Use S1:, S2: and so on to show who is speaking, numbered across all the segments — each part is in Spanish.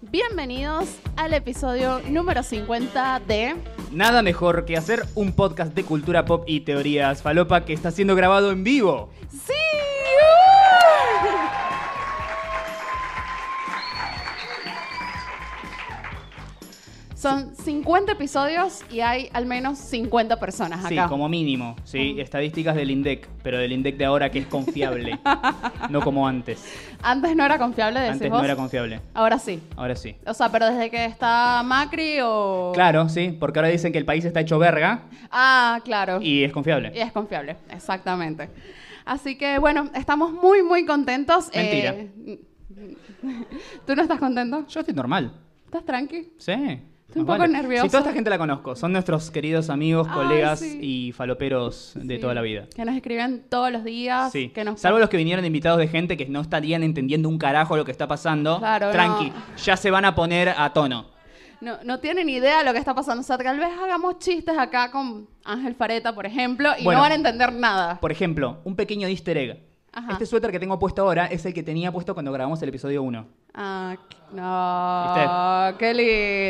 S1: Bienvenidos al episodio número 50 de
S2: Nada mejor que hacer un podcast de cultura pop y teorías falopa que está siendo grabado en vivo.
S1: Sí. Son 50 episodios y hay al menos 50 personas acá.
S2: Sí, como mínimo. Sí, estadísticas del INDEC, pero del INDEC de ahora que es confiable, no como antes.
S1: Antes no era confiable, decís
S2: Antes
S1: vos.
S2: no era confiable.
S1: Ahora sí.
S2: Ahora sí.
S1: O sea, pero desde que está Macri o...
S2: Claro, sí, porque ahora dicen que el país está hecho verga
S1: Ah, claro.
S2: y es confiable.
S1: Y es confiable, exactamente. Así que bueno, estamos muy, muy contentos.
S2: Mentira.
S1: Eh, ¿Tú no estás contento?
S2: Yo estoy normal.
S1: ¿Estás tranqui?
S2: Sí.
S1: Estoy un
S2: más
S1: poco nerviosa.
S2: Sí, toda esta gente la conozco. Son nuestros queridos amigos,
S1: Ay,
S2: colegas
S1: sí.
S2: y faloperos de
S1: Sí.
S2: toda la vida.
S1: Que nos escriben todos los días.
S2: Sí.
S1: Ah, Que nos...
S2: Salvo los que vinieron invitados de gente que no estarían entendiendo un carajo lo que está pasando.
S1: Claro, no.
S2: Tranqui, ya se van a poner a tono.
S1: no, no tienen idea de lo que está pasando. O sea, tal vez hagamos chistes acá con Ángel Fareta, por ejemplo, y
S2: Bueno.
S1: no van a entender nada.
S2: Por ejemplo, un pequeño easter egg.
S1: Ajá.
S2: Este suéter que tengo puesto ahora es el que tenía puesto cuando grabamos el episodio 1.
S1: Ah, no, qué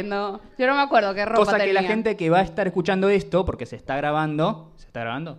S1: lindo. Yo no me acuerdo qué ropa
S2: Cosa que la
S1: tenía.
S2: gente que va a estar escuchando esto, porque se está grabando. ¿Se está grabando?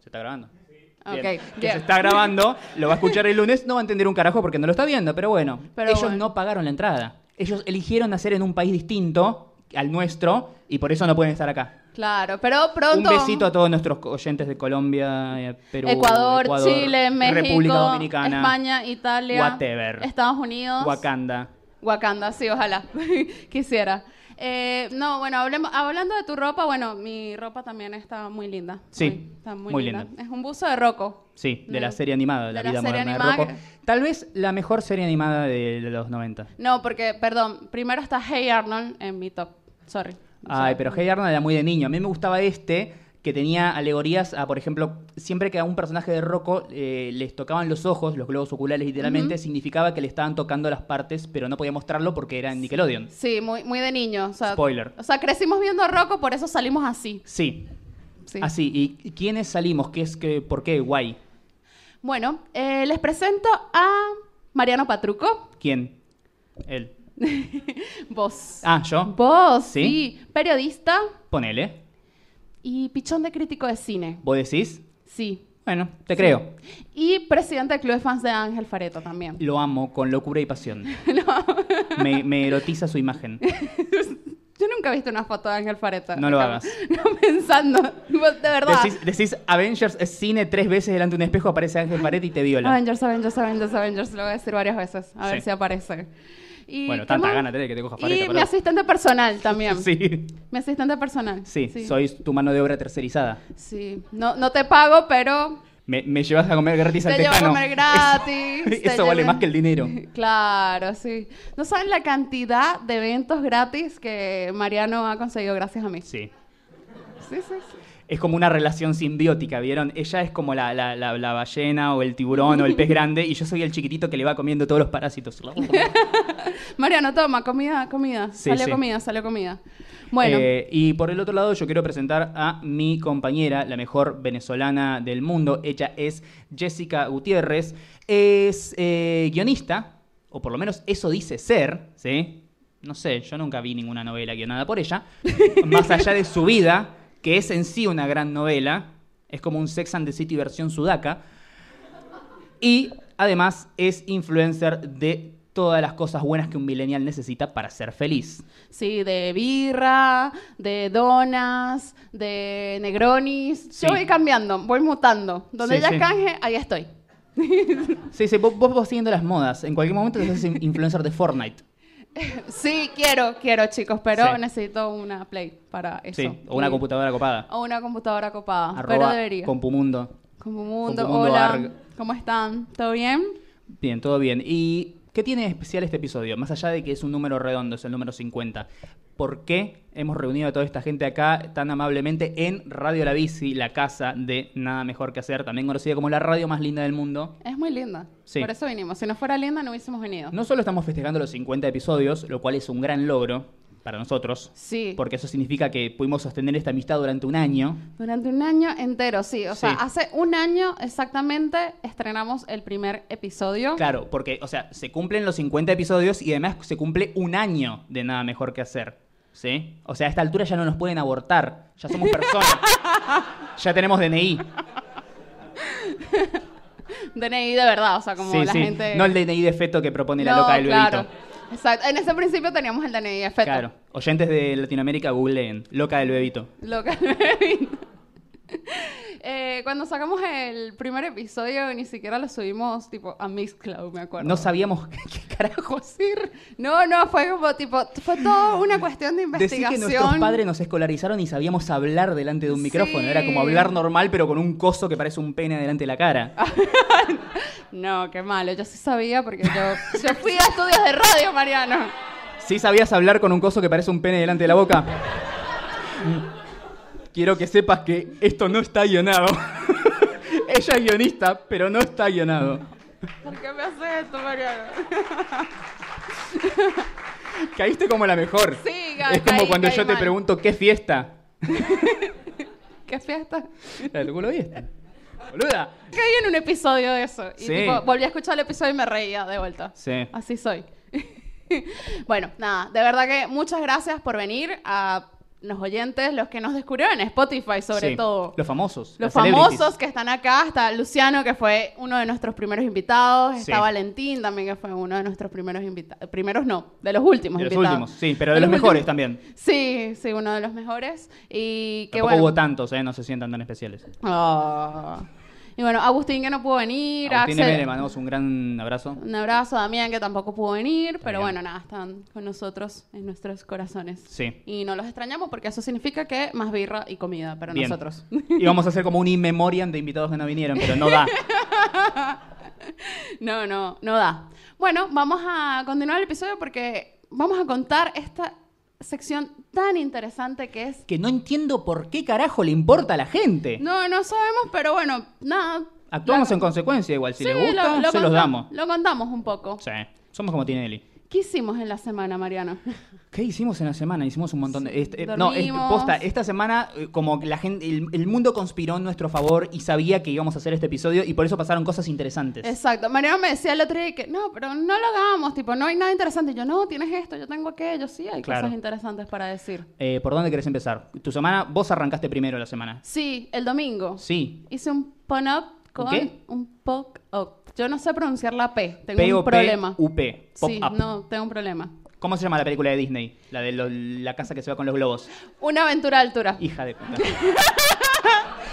S2: ¿Se está grabando? Bien.
S1: Ok,
S2: Que
S1: bien.
S2: se está grabando, lo va a escuchar el lunes, no va a entender un carajo porque no lo está viendo, pero bueno,
S1: Pero
S2: ellos
S1: bueno.
S2: no pagaron la entrada. Ellos eligieron nacer en un país distinto al nuestro y por eso no pueden estar acá.
S1: Claro, pero pronto.
S2: Un besito a todos nuestros oyentes de Colombia, eh, Perú,
S1: Ecuador, Chile, México,
S2: República Dominicana,
S1: España, Italia,
S2: Whatever.
S1: Estados Unidos,
S2: Wakanda.
S1: Wakanda, sí, ojalá, quisiera. Eh, no, bueno, hablemos- hablando de tu ropa, bueno, mi ropa también está muy linda.
S2: Sí,
S1: muy, está muy,
S2: muy
S1: linda.
S2: linda.
S1: Es un buzo de roco.
S2: Sí, de la
S1: Mm.
S2: serie animada, de la,
S1: De la
S2: vida
S1: serie
S2: moderna de
S1: animada
S2: Rocco. Tal vez la mejor serie animada de los 90.
S1: No, porque, perdón, primero está Hey Arnold en mi top. Sorry.
S2: Ay, pero Hey Arnold era muy de niño. A mí me gustaba este, que tenía alegorías a, por ejemplo, siempre que a un personaje de Rocco eh, les tocaban los ojos, los globos oculares literalmente, significaba que le estaban tocando las partes, pero no podía mostrarlo porque era en Nickelodeon.
S1: Sí, muy, muy de niño. O sea,
S2: Spoiler.
S1: O sea, crecimos viendo roco, por eso salimos así.
S2: Sí,
S1: Sí.
S2: así. ¿Y quiénes salimos? ¿Qué es que, ¿Por qué? Guay.
S1: Bueno, eh, les presento a Mariano Patruco,
S2: ¿Quién? Él.
S1: vos.
S2: Ah, yo.
S1: Vos,
S2: Sí.
S1: sí. periodista
S2: Ponele.
S1: y pichón de crítico de cine,
S2: ¿Vos decís?
S1: sí.
S2: Bueno, te creo.
S1: Y presidente del Club de Fans de Ángel Fareto también.
S2: Lo amo con locura y pasión. me, me erotiza su imagen.
S1: Yo nunca he visto una foto de Ángel Fareto.
S2: No lo
S1: Acá-
S2: hagas.
S1: No pensando, tipo, de verdad.
S2: Decís, decís Avengers es cine tres veces delante de un espejo, aparece Ángel Paretti y te viola.
S1: Avengers, Avengers, Avengers, Avengers, lo voy a decir varias veces, a ver
S2: Sí.
S1: si aparece. Y,
S2: Bueno,
S1: ¿qué
S2: tanta
S1: más?
S2: gana tenés que te coja Fareta,
S1: Y mi
S2: perdón.
S1: asistente personal también.
S2: Sí,
S1: Mi asistente personal.
S2: sí, soy tu mano de obra tercerizada.
S1: Sí. No, no te pago, pero
S2: Me, me llevas a comer gratis al
S1: Te llevo a
S2: tejano.
S1: comer gratis.
S2: Eso,
S1: te
S2: eso vale
S1: llevo-
S2: más que el dinero.
S1: Claro, sí. No saben la cantidad de eventos gratis que Mariano ha conseguido gracias a mí. Sí,
S2: Sí.
S1: sí, sí.
S2: Es como una relación simbiótica, ¿vieron? Ella es como la, la- la- la ballena o el tiburón o el pez grande y yo soy el chiquitito que le va comiendo todos los parásitos.
S1: Mariano, toma, comida, comida.
S2: Sí,
S1: salió
S2: sí.
S1: comida, salió comida. Bueno,
S2: Eh, y por el otro lado, yo quiero presentar a mi compañera, la mejor venezolana del mundo. Ella es Jessica Gutiérrez. Es eh, guionista, o por lo menos eso dice ser, ¿sí? No sé, yo nunca vi ninguna novela guionada por ella. Más allá de su vida, que es en sí una gran novela. Es como un Sex and the City versión sudaca. Y además es influencer de todas las cosas buenas que un millennial necesita para ser feliz.
S1: sí, de birra, de donas, de negronis. Yo
S2: Sí.
S1: voy cambiando, voy mutando. Donde
S2: Sí,
S1: ya
S2: sí.
S1: canje, ahí estoy.
S2: Sí, sí, vos, vos vas siguiendo las modas. En cualquier momento te haces in- influencer de Fortnite.
S1: Sí, quiero, quiero, chicos, pero
S2: Sí.
S1: necesito una Play para eso.
S2: Sí, o una
S1: Y-
S2: computadora copada.
S1: O una computadora copada. pero
S2: Arroba
S1: debería.
S2: Compumundo.
S1: Como mundo,
S2: Compumundo
S1: hola.
S2: Arg.
S1: ¿Cómo están? ¿Todo bien?
S2: Bien, todo bien. ¿Y qué tiene de especial este episodio? Más allá de que es un número redondo, es el número 50. ¿Por qué hemos reunido a toda esta gente acá tan amablemente en Radio La Bici, la casa de Nada Mejor Que Hacer, también conocida como la radio más linda del mundo?
S1: Es muy linda.
S2: Sí.
S1: Por eso vinimos. Si no fuera linda, no hubiésemos venido.
S2: No solo estamos festejando los 50 episodios, lo cual es un gran logro, para nosotros.
S1: Sí.
S2: Porque eso significa que pudimos sostener esta amistad durante un año.
S1: Durante un año entero, sí. O sea,
S2: Sí.
S1: hace un año exactamente estrenamos el primer episodio.
S2: Claro, porque, o sea, se cumplen los 50 episodios y además se cumple un año de nada mejor que hacer. ¿Sí? O sea, a esta altura ya no nos pueden abortar. Ya somos personas. ya tenemos DNI.
S1: DNI de verdad, o sea, como
S2: Sí,
S1: la
S2: sí.
S1: gente.
S2: No el DNI de feto que propone la
S1: No,
S2: loca del
S1: claro.
S2: bebito.
S1: Exacto. En ese principio teníamos el DNI de feto.
S2: Claro. Oyentes de Latinoamérica googleen. Loca del bebito.
S1: Loca del bebito. Eh, cuando sacamos el primer episodio, ni siquiera lo subimos tipo a Mixcloud, me acuerdo.
S2: No sabíamos qué, qué carajo hacer.
S1: No, no, fue como tipo, fue todo una cuestión de
S2: Decir
S1: investigación.
S2: que nuestros padres nos escolarizaron y sabíamos hablar delante de un micrófono.
S1: Sí.
S2: Era como hablar normal, pero con un coso que parece un pene delante de la cara.
S1: No, qué malo, yo sí sabía porque yo, yo fui a estudios de radio, Mariano.
S2: ¿Sí sabías hablar con un coso que parece un pene delante de la boca? Quiero que sepas que esto no está guionado. Ella es guionista, pero no está guionado.
S1: ¿Por qué me haces esto, Mariano?
S2: Caíste como la mejor.
S1: Sí, ca-
S2: Es como
S1: caí-
S2: cuando
S1: caí
S2: yo te
S1: mal.
S2: pregunto, ¿qué fiesta?
S1: ¿Qué fiesta?
S2: La de tu culo fiesta. Boluda.
S1: Caí en un episodio de eso. Y
S2: Sí.
S1: tipo, volví a escuchar el episodio y me reía de vuelta.
S2: Sí.
S1: Así soy. bueno, nada, de verdad que muchas gracias por venir a los oyentes, los que nos descubrieron en Spotify sobre
S2: Sí.
S1: todo.
S2: Los famosos.
S1: Los
S2: las celebrities.
S1: famosos que están acá, está Luciano, que fue uno de nuestros primeros invitados, está
S2: Sí.
S1: Valentín también, que fue uno de nuestros primeros invitados. Primeros no, de los últimos
S2: De los
S1: invitados.
S2: últimos, sí, pero de los mejores
S1: últimos.
S2: también.
S1: Sí, sí, uno de los mejores. Y que
S2: Tampoco
S1: bueno.
S2: hubo tantos, eh, no se sientan tan especiales.
S1: Ah. Y bueno, Agustín que no pudo venir,
S2: Agustín
S1: Axel.
S2: Emery, le mandamos un gran abrazo.
S1: Un abrazo a Damián que tampoco pudo venir, pero
S2: bien.
S1: bueno, nada, están con nosotros en nuestros corazones.
S2: Sí.
S1: Y no los extrañamos porque eso significa que más birra y comida para
S2: Bien.
S1: nosotros.
S2: Y vamos a hacer como un in memoriam de invitados que no vinieron, pero no da.
S1: No, no, no da. Bueno, vamos a continuar el episodio porque vamos a contar esta sección tan interesante que es...
S2: que no entiendo por qué carajo le importa a la gente.
S1: No, no sabemos, pero bueno, nada.
S2: Actuamos
S1: La-
S2: en consecuencia igual, si
S1: Sí,
S2: le gusta, se los
S1: conta-
S2: damos.
S1: Lo contamos un poco.
S2: Sí, somos como Tinelli.
S1: ¿Qué hicimos en la semana, Mariano?
S2: ¿Qué hicimos en la semana? Hicimos un montón de... este- eh, no, este-
S1: dormimos.
S2: posta, esta semana eh, como que la gente, el, el mundo conspiró en nuestro favor y sabía que íbamos a hacer este episodio y por eso pasaron cosas interesantes.
S1: Exacto. Mariano me decía el otro día que no, pero no lo hagamos, tipo, no hay nada interesante. Y yo, no, tienes esto, yo tengo aquello, sí, hay
S2: Claro.
S1: cosas interesantes para decir.
S2: Eh, ¿Por dónde querés empezar? Tu semana, vos arrancaste primero la semana.
S1: Sí, el domingo.
S2: Sí.
S1: Hice un pon-up con
S2: qué?
S1: un pop-up. Yo no sé pronunciar la P, tengo un problema.
S2: P-O-P-U-P. Pop
S1: sí,
S2: up.
S1: no, tengo un problema.
S2: ¿Cómo se llama la película de Disney? La de lo- la casa que se va con los globos.
S1: Una aventura a altura.
S2: Hija de puta.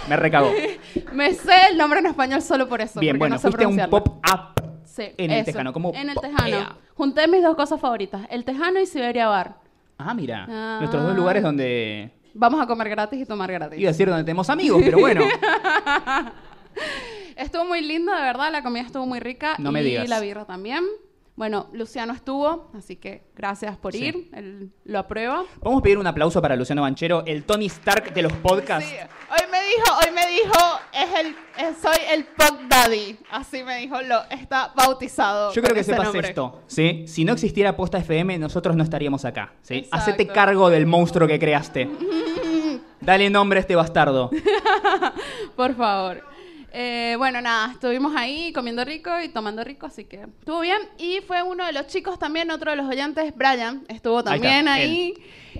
S2: Me recagó.
S1: Me sé el nombre en español solo por eso.
S2: Bien,
S1: porque
S2: bueno,
S1: no sé
S2: fuiste a un
S1: pronunciarlo.
S2: pop-up.
S1: Sí,
S2: en el
S1: eso,
S2: Tejano, como
S1: En el
S2: pop-
S1: Tejano.
S2: ea.
S1: Junté mis dos cosas favoritas, el Tejano y Siberia Bar.
S2: Ah, mira.
S1: Ah.
S2: Nuestros dos lugares donde.
S1: Vamos a comer gratis y tomar gratis.
S2: Iba a decir donde tenemos amigos, pero bueno.
S1: Estuvo muy lindo, de verdad, la comida estuvo muy rica.
S2: No me
S1: y
S2: digas.
S1: la birra también. Bueno, Luciano estuvo, así que gracias por
S2: Sí.
S1: ir. Él lo aprueba.
S2: Vamos a pedir un aplauso para Luciano Banchero, el Tony Stark de los podcasts.
S1: Sí, Hoy me dijo, hoy me dijo, es el, es- soy el Pop Daddy. Así me dijo, lo está bautizado.
S2: Yo
S1: con
S2: creo que
S1: ese
S2: sepas
S1: nombre.
S2: esto. ¿sí? Si no existiera Posta FM, nosotros no estaríamos acá. ¿sí?
S1: Exacto.
S2: Hacete cargo del monstruo que creaste. Dale nombre a este bastardo.
S1: Por favor. Eh, bueno, nada, estuvimos ahí comiendo rico y tomando rico, así que estuvo bien. Y fue uno de los chicos también, otro de los oyentes, Brian, estuvo
S2: está,
S1: también ahí.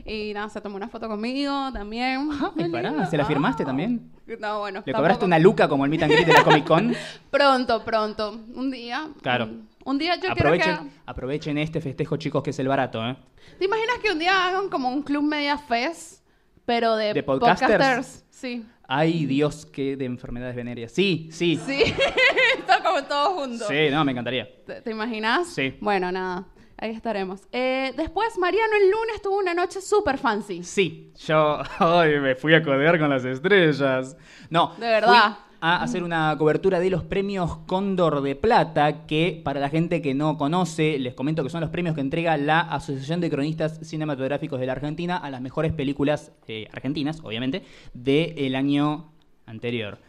S1: Y nada, se tomó una foto conmigo también.
S2: Ay, pará,
S1: Ah.
S2: ¿se la firmaste también?
S1: No, bueno.
S2: ¿Le
S1: tampoco.
S2: cobraste una luca como el meet and greet de la Comic Con?
S1: Pronto, pronto. Un día.
S2: Claro.
S1: Un, un día yo quiero
S2: Aprovechen,
S1: que...
S2: aprovechen este festejo, chicos, que es el barato, ¿eh?
S1: ¿Te imaginas que un día hagan como un club media fest, pero de,
S2: ¿De podcasters?
S1: Sí.
S2: Ay, Dios, qué de enfermedades venéreas. Sí, sí.
S1: Sí. Está como todos juntos.
S2: Sí, no, me encantaría.
S1: ¿Te, te imaginas?
S2: Sí.
S1: Bueno, nada. Ahí estaremos. Eh, después, Mariano, el lunes tuvo una noche súper fancy.
S2: Sí, yo ay, me fui a codear con las estrellas. No,
S1: De verdad.
S2: fui a hacer una cobertura de los premios Cóndor de Plata, que para la gente que no conoce, les comento que son los premios que entrega la Asociación de Cronistas Cinematográficos de la Argentina a las mejores películas eh, argentinas, obviamente, del año anterior.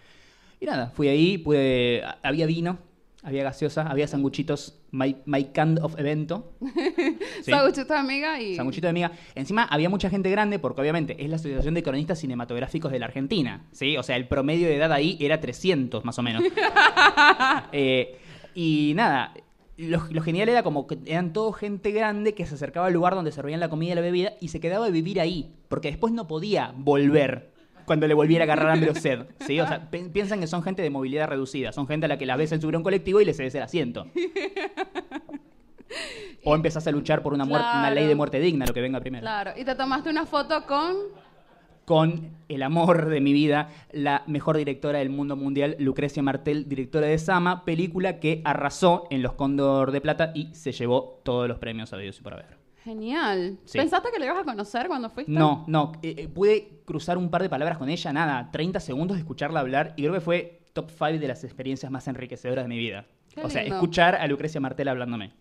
S2: Y nada, fui ahí, pude, había vino, Había gaseosa, había sanguchitos, my, my kind of evento. Sí.
S1: Sanguchito de amiga y.
S2: Sanguchito de miga. Encima había mucha gente grande porque obviamente es la Asociación de Cronistas Cinematográficos de la Argentina, ¿sí? O sea, el promedio de edad ahí era 300 más o menos. Eh, y nada, lo, lo genial era como que eran todo gente grande que se acercaba al lugar donde servían la comida y la bebida y se quedaba a vivir ahí, porque después no podía volver cuando le volviera a agarrar hambre o sed, ¿sí? O sea, pi- piensan que son gente de movilidad reducida, son gente a la que la ves en subir a un colectivo y le cedes el asiento. O empezás a luchar por una, muer- una ley de
S1: Claro.
S2: muerte digna, lo que venga primero
S1: Claro. Y te tomaste una foto con.
S2: con el amor de mi vida, la mejor directora del mundo mundial, Lucrecia Martel, directora de Sama, película que arrasó en los Cóndor de Plata y se llevó todos los premios a Dios y por haber.
S1: Genial.
S2: Sí.
S1: ¿Pensaste que le ibas a conocer cuando fuiste?
S2: No, no, eh, eh, pude cruzar un par de palabras con ella, nada, 30 segundos de escucharla hablar y creo que fue top 5 de las experiencias más enriquecedoras de mi vida.
S1: Qué
S2: o sea,
S1: lindo.
S2: escuchar a Lucrecia Martel hablándome.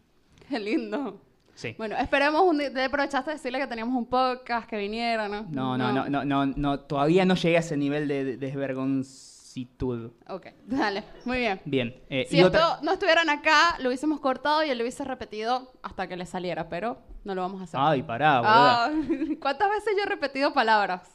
S1: Qué lindo.
S2: Sí.
S1: Bueno, esperemos un día. Te aprovechaste de decirle que teníamos un podcast, que viniera, ¿no?
S2: No, no, no, no, no, no, todavía no llegué a ese nivel de, de desvergoncitud.
S1: Ok, dale. Muy bien.
S2: Bien. eh,
S1: Si
S2: y
S1: esto
S2: otra-
S1: no estuvieran acá, lo hubiésemos cortado y él lo hubiese repetido hasta que le saliera, pero no lo vamos a hacer.
S2: Ay, pará, boluda.
S1: Ah, ¿Cuántas veces yo he repetido palabras?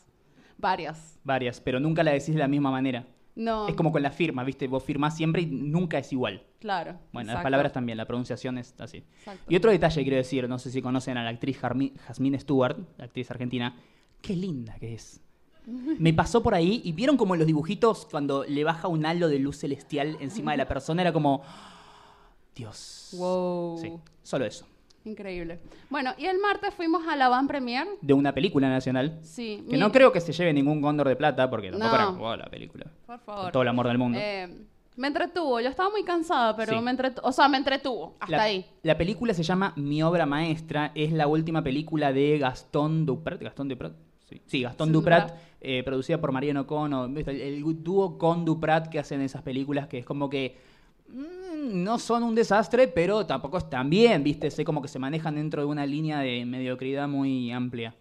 S1: Varias.
S2: Varias, pero nunca la decís de la misma manera.
S1: No.
S2: Es como con la firma, ¿viste? Vos firmás siempre y nunca es igual.
S1: Claro.
S2: Bueno, las
S1: exacto,
S2: palabras también, la pronunciación es así.
S1: exacto.
S2: Y otro detalle quiero decir, no sé si conocen a la actriz Jarmi- Jasmine Stewart, la actriz argentina. Qué linda que es. Me pasó por ahí y vieron como en los dibujitos cuando le baja un halo de luz celestial encima de la persona, era como... Dios.
S1: Wow.
S2: Sí, solo eso.
S1: Increíble. Bueno, y el martes fuimos a la Van Premier.
S2: De una película nacional.
S1: Sí.
S2: Que
S1: mi-
S2: no creo que se lleve ningún cóndor de plata, porque tampoco
S1: No.
S2: era wow, la película.
S1: Por
S2: Con
S1: favor.
S2: todo el amor del mundo.
S1: Eh, me entretuvo. Yo estaba muy cansada, pero
S2: Sí.
S1: me entretuvo. O sea, me entretuvo. Hasta
S2: la,
S1: ahí.
S2: La película se llama Mi obra maestra, es la última película de Gastón Duprat. ¿Gastón Duprat? Sí, sí, Gastón
S1: Sí,
S2: Duprat,
S1: Duprat.
S2: eh, producida por Mariano Cono. El, el dúo con Duprat que hacen esas películas que es como que mm, no son un desastre, pero tampoco están bien, ¿viste? Sé como que se manejan dentro de una línea de mediocridad muy amplia.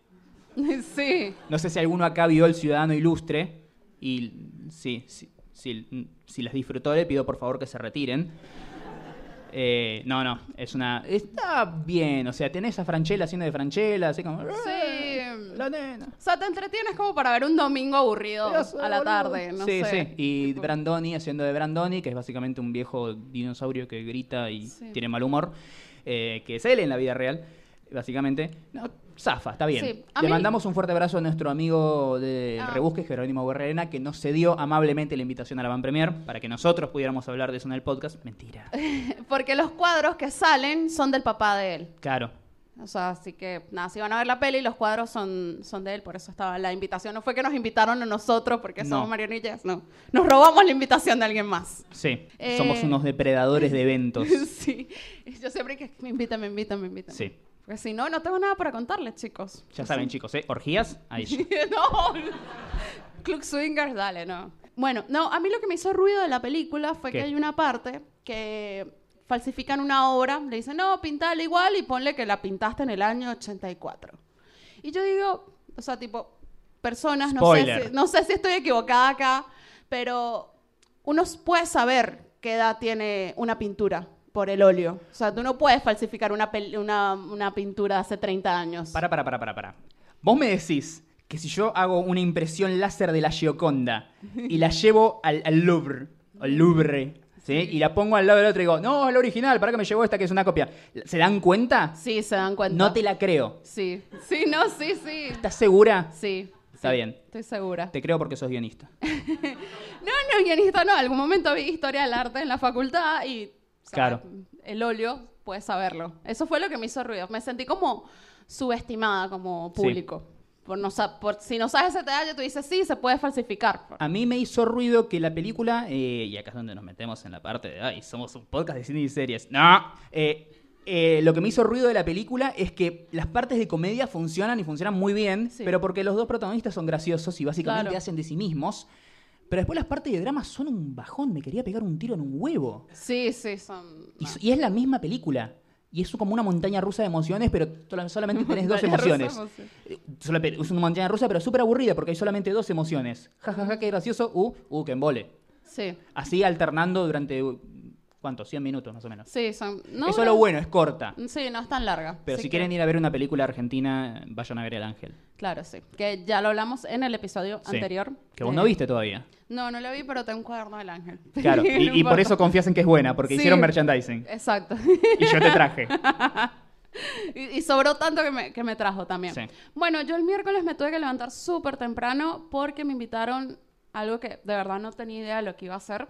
S1: sí.
S2: No sé si alguno acá vio El Ciudadano Ilustre y sí, sí, sí, si las disfrutó le pido por favor que se retiren. Eh, no, no, es una... Está bien, o sea, tenés a Franchella haciendo de Franchella, así como... "Ah,
S1: Sí.
S2: La nena.
S1: O sea, te entretienes como para ver un domingo aburrido
S2: Dios,
S1: a la
S2: boludo.
S1: tarde, no
S2: sí,
S1: sé.
S2: sí, y
S1: Tipo,
S2: Brandoni haciendo de Brandoni, que es básicamente un viejo dinosaurio que grita y
S1: Sí.
S2: tiene mal humor, eh, que es él en la vida real, básicamente. No, zafa, está bien.
S1: Sí, a
S2: Le
S1: mí-
S2: mandamos un fuerte abrazo a nuestro amigo de
S1: Ah.
S2: Rebusque, Jerónimo Guerrerena, que nos cedió amablemente la invitación a la Van Premier para que nosotros pudiéramos hablar de eso en el podcast. Mentira.
S1: Porque los cuadros que salen son del papá de él.
S2: Claro.
S1: O sea, así que nada, si van a ver la peli, los cuadros son, son de él, por eso estaba la invitación. No fue que nos invitaron a nosotros porque
S2: No.
S1: somos marionillas, no. Nos robamos la invitación de alguien más.
S2: Sí,
S1: Eh.
S2: somos unos depredadores de eventos.
S1: sí. Yo siempre que me invitan, me invitan, me invitan.
S2: Sí.
S1: Porque si no, no tengo nada para contarles, chicos.
S2: Ya saben, chicos, ¿eh? Orgías, ahí ya.
S1: no. Club Swingers, dale, no. Bueno, no, a mí lo que me hizo ruido de la película fue
S2: ¿Qué?
S1: que hay una parte que falsifican una obra, le dicen, no, pintala igual y ponle que la pintaste en el año 84. Y yo digo, o sea, tipo, personas, no sé,
S2: Spoiler.
S1: si, no sé si estoy equivocada acá, pero uno puede saber qué edad tiene una pintura por el óleo. O sea, tú no puedes falsificar una, pel- una, una pintura de hace 30 años.
S2: Para, para, para, para, para. Vos me decís que si yo hago una impresión láser de la Gioconda y la llevo al, al Louvre, al Louvre, ¿sí? Y la pongo al lado del otro y digo, no, es la original, para que me llevo esta que es una copia. ¿Se dan cuenta?
S1: Sí, se dan cuenta.
S2: No te la creo.
S1: Sí, sí, no, sí, sí.
S2: ¿Estás segura?
S1: Sí.
S2: Está
S1: sí,
S2: bien.
S1: Estoy segura.
S2: Te creo porque sos guionista.
S1: No, no, guionista, no. Algún momento vi historia del arte en la facultad y. o sea,
S2: Claro.
S1: El óleo, puedes saberlo. Eso fue lo que me hizo ruido. Me sentí como subestimada como
S2: Sí.
S1: público. Por no sa- por- si no sabes ese detalle, tú dices, sí, se puede falsificar.
S2: A mí me hizo ruido que la película, eh, y acá es donde nos metemos en la parte de, ay, somos un podcast de cine y series. No. Eh, eh, lo que me hizo ruido de la película es que las partes de comedia funcionan y funcionan muy bien,
S1: Sí.
S2: pero porque los dos protagonistas son graciosos y básicamente
S1: Claro.
S2: hacen de sí mismos. Pero después las partes de drama son un bajón, me quería pegar un tiro en un huevo.
S1: Sí, sí, son.
S2: Y,
S1: no.
S2: so- y es la misma película. Y es como una montaña rusa de emociones, pero to- solamente tenés dos
S1: Montaña rusa de
S2: emociones.
S1: emociones.
S2: Eh, solo- pero Es una montaña rusa, pero súper aburrida porque hay solamente dos emociones. Ja, ja, ja, qué gracioso. Uh, uh, que embole.
S1: Sí.
S2: Así alternando durante ¿Cuánto? 100 minutos más o menos.
S1: Sí, son... no,
S2: Eso es
S1: no-
S2: lo bueno, es corta.
S1: Sí, no es tan larga.
S2: Pero
S1: así
S2: si
S1: que-
S2: quieren ir a ver una película argentina, vayan a ver El Ángel.
S1: Claro, sí. Que ya lo hablamos en el episodio
S2: Sí.
S1: anterior.
S2: Que vos
S1: Eh,
S2: no viste todavía.
S1: No, no lo vi, pero tengo un cuaderno del ángel.
S2: Claro, y,
S1: No
S2: y por
S1: importa.
S2: eso confías en que es buena, porque
S1: Sí.
S2: hicieron merchandising.
S1: Exacto.
S2: Y yo te traje.
S1: Y, y sobró tanto que me, que me trajo también.
S2: Sí.
S1: Bueno, yo el miércoles me tuve que levantar súper temprano porque me invitaron a algo que de verdad no tenía idea de lo que iba a hacer.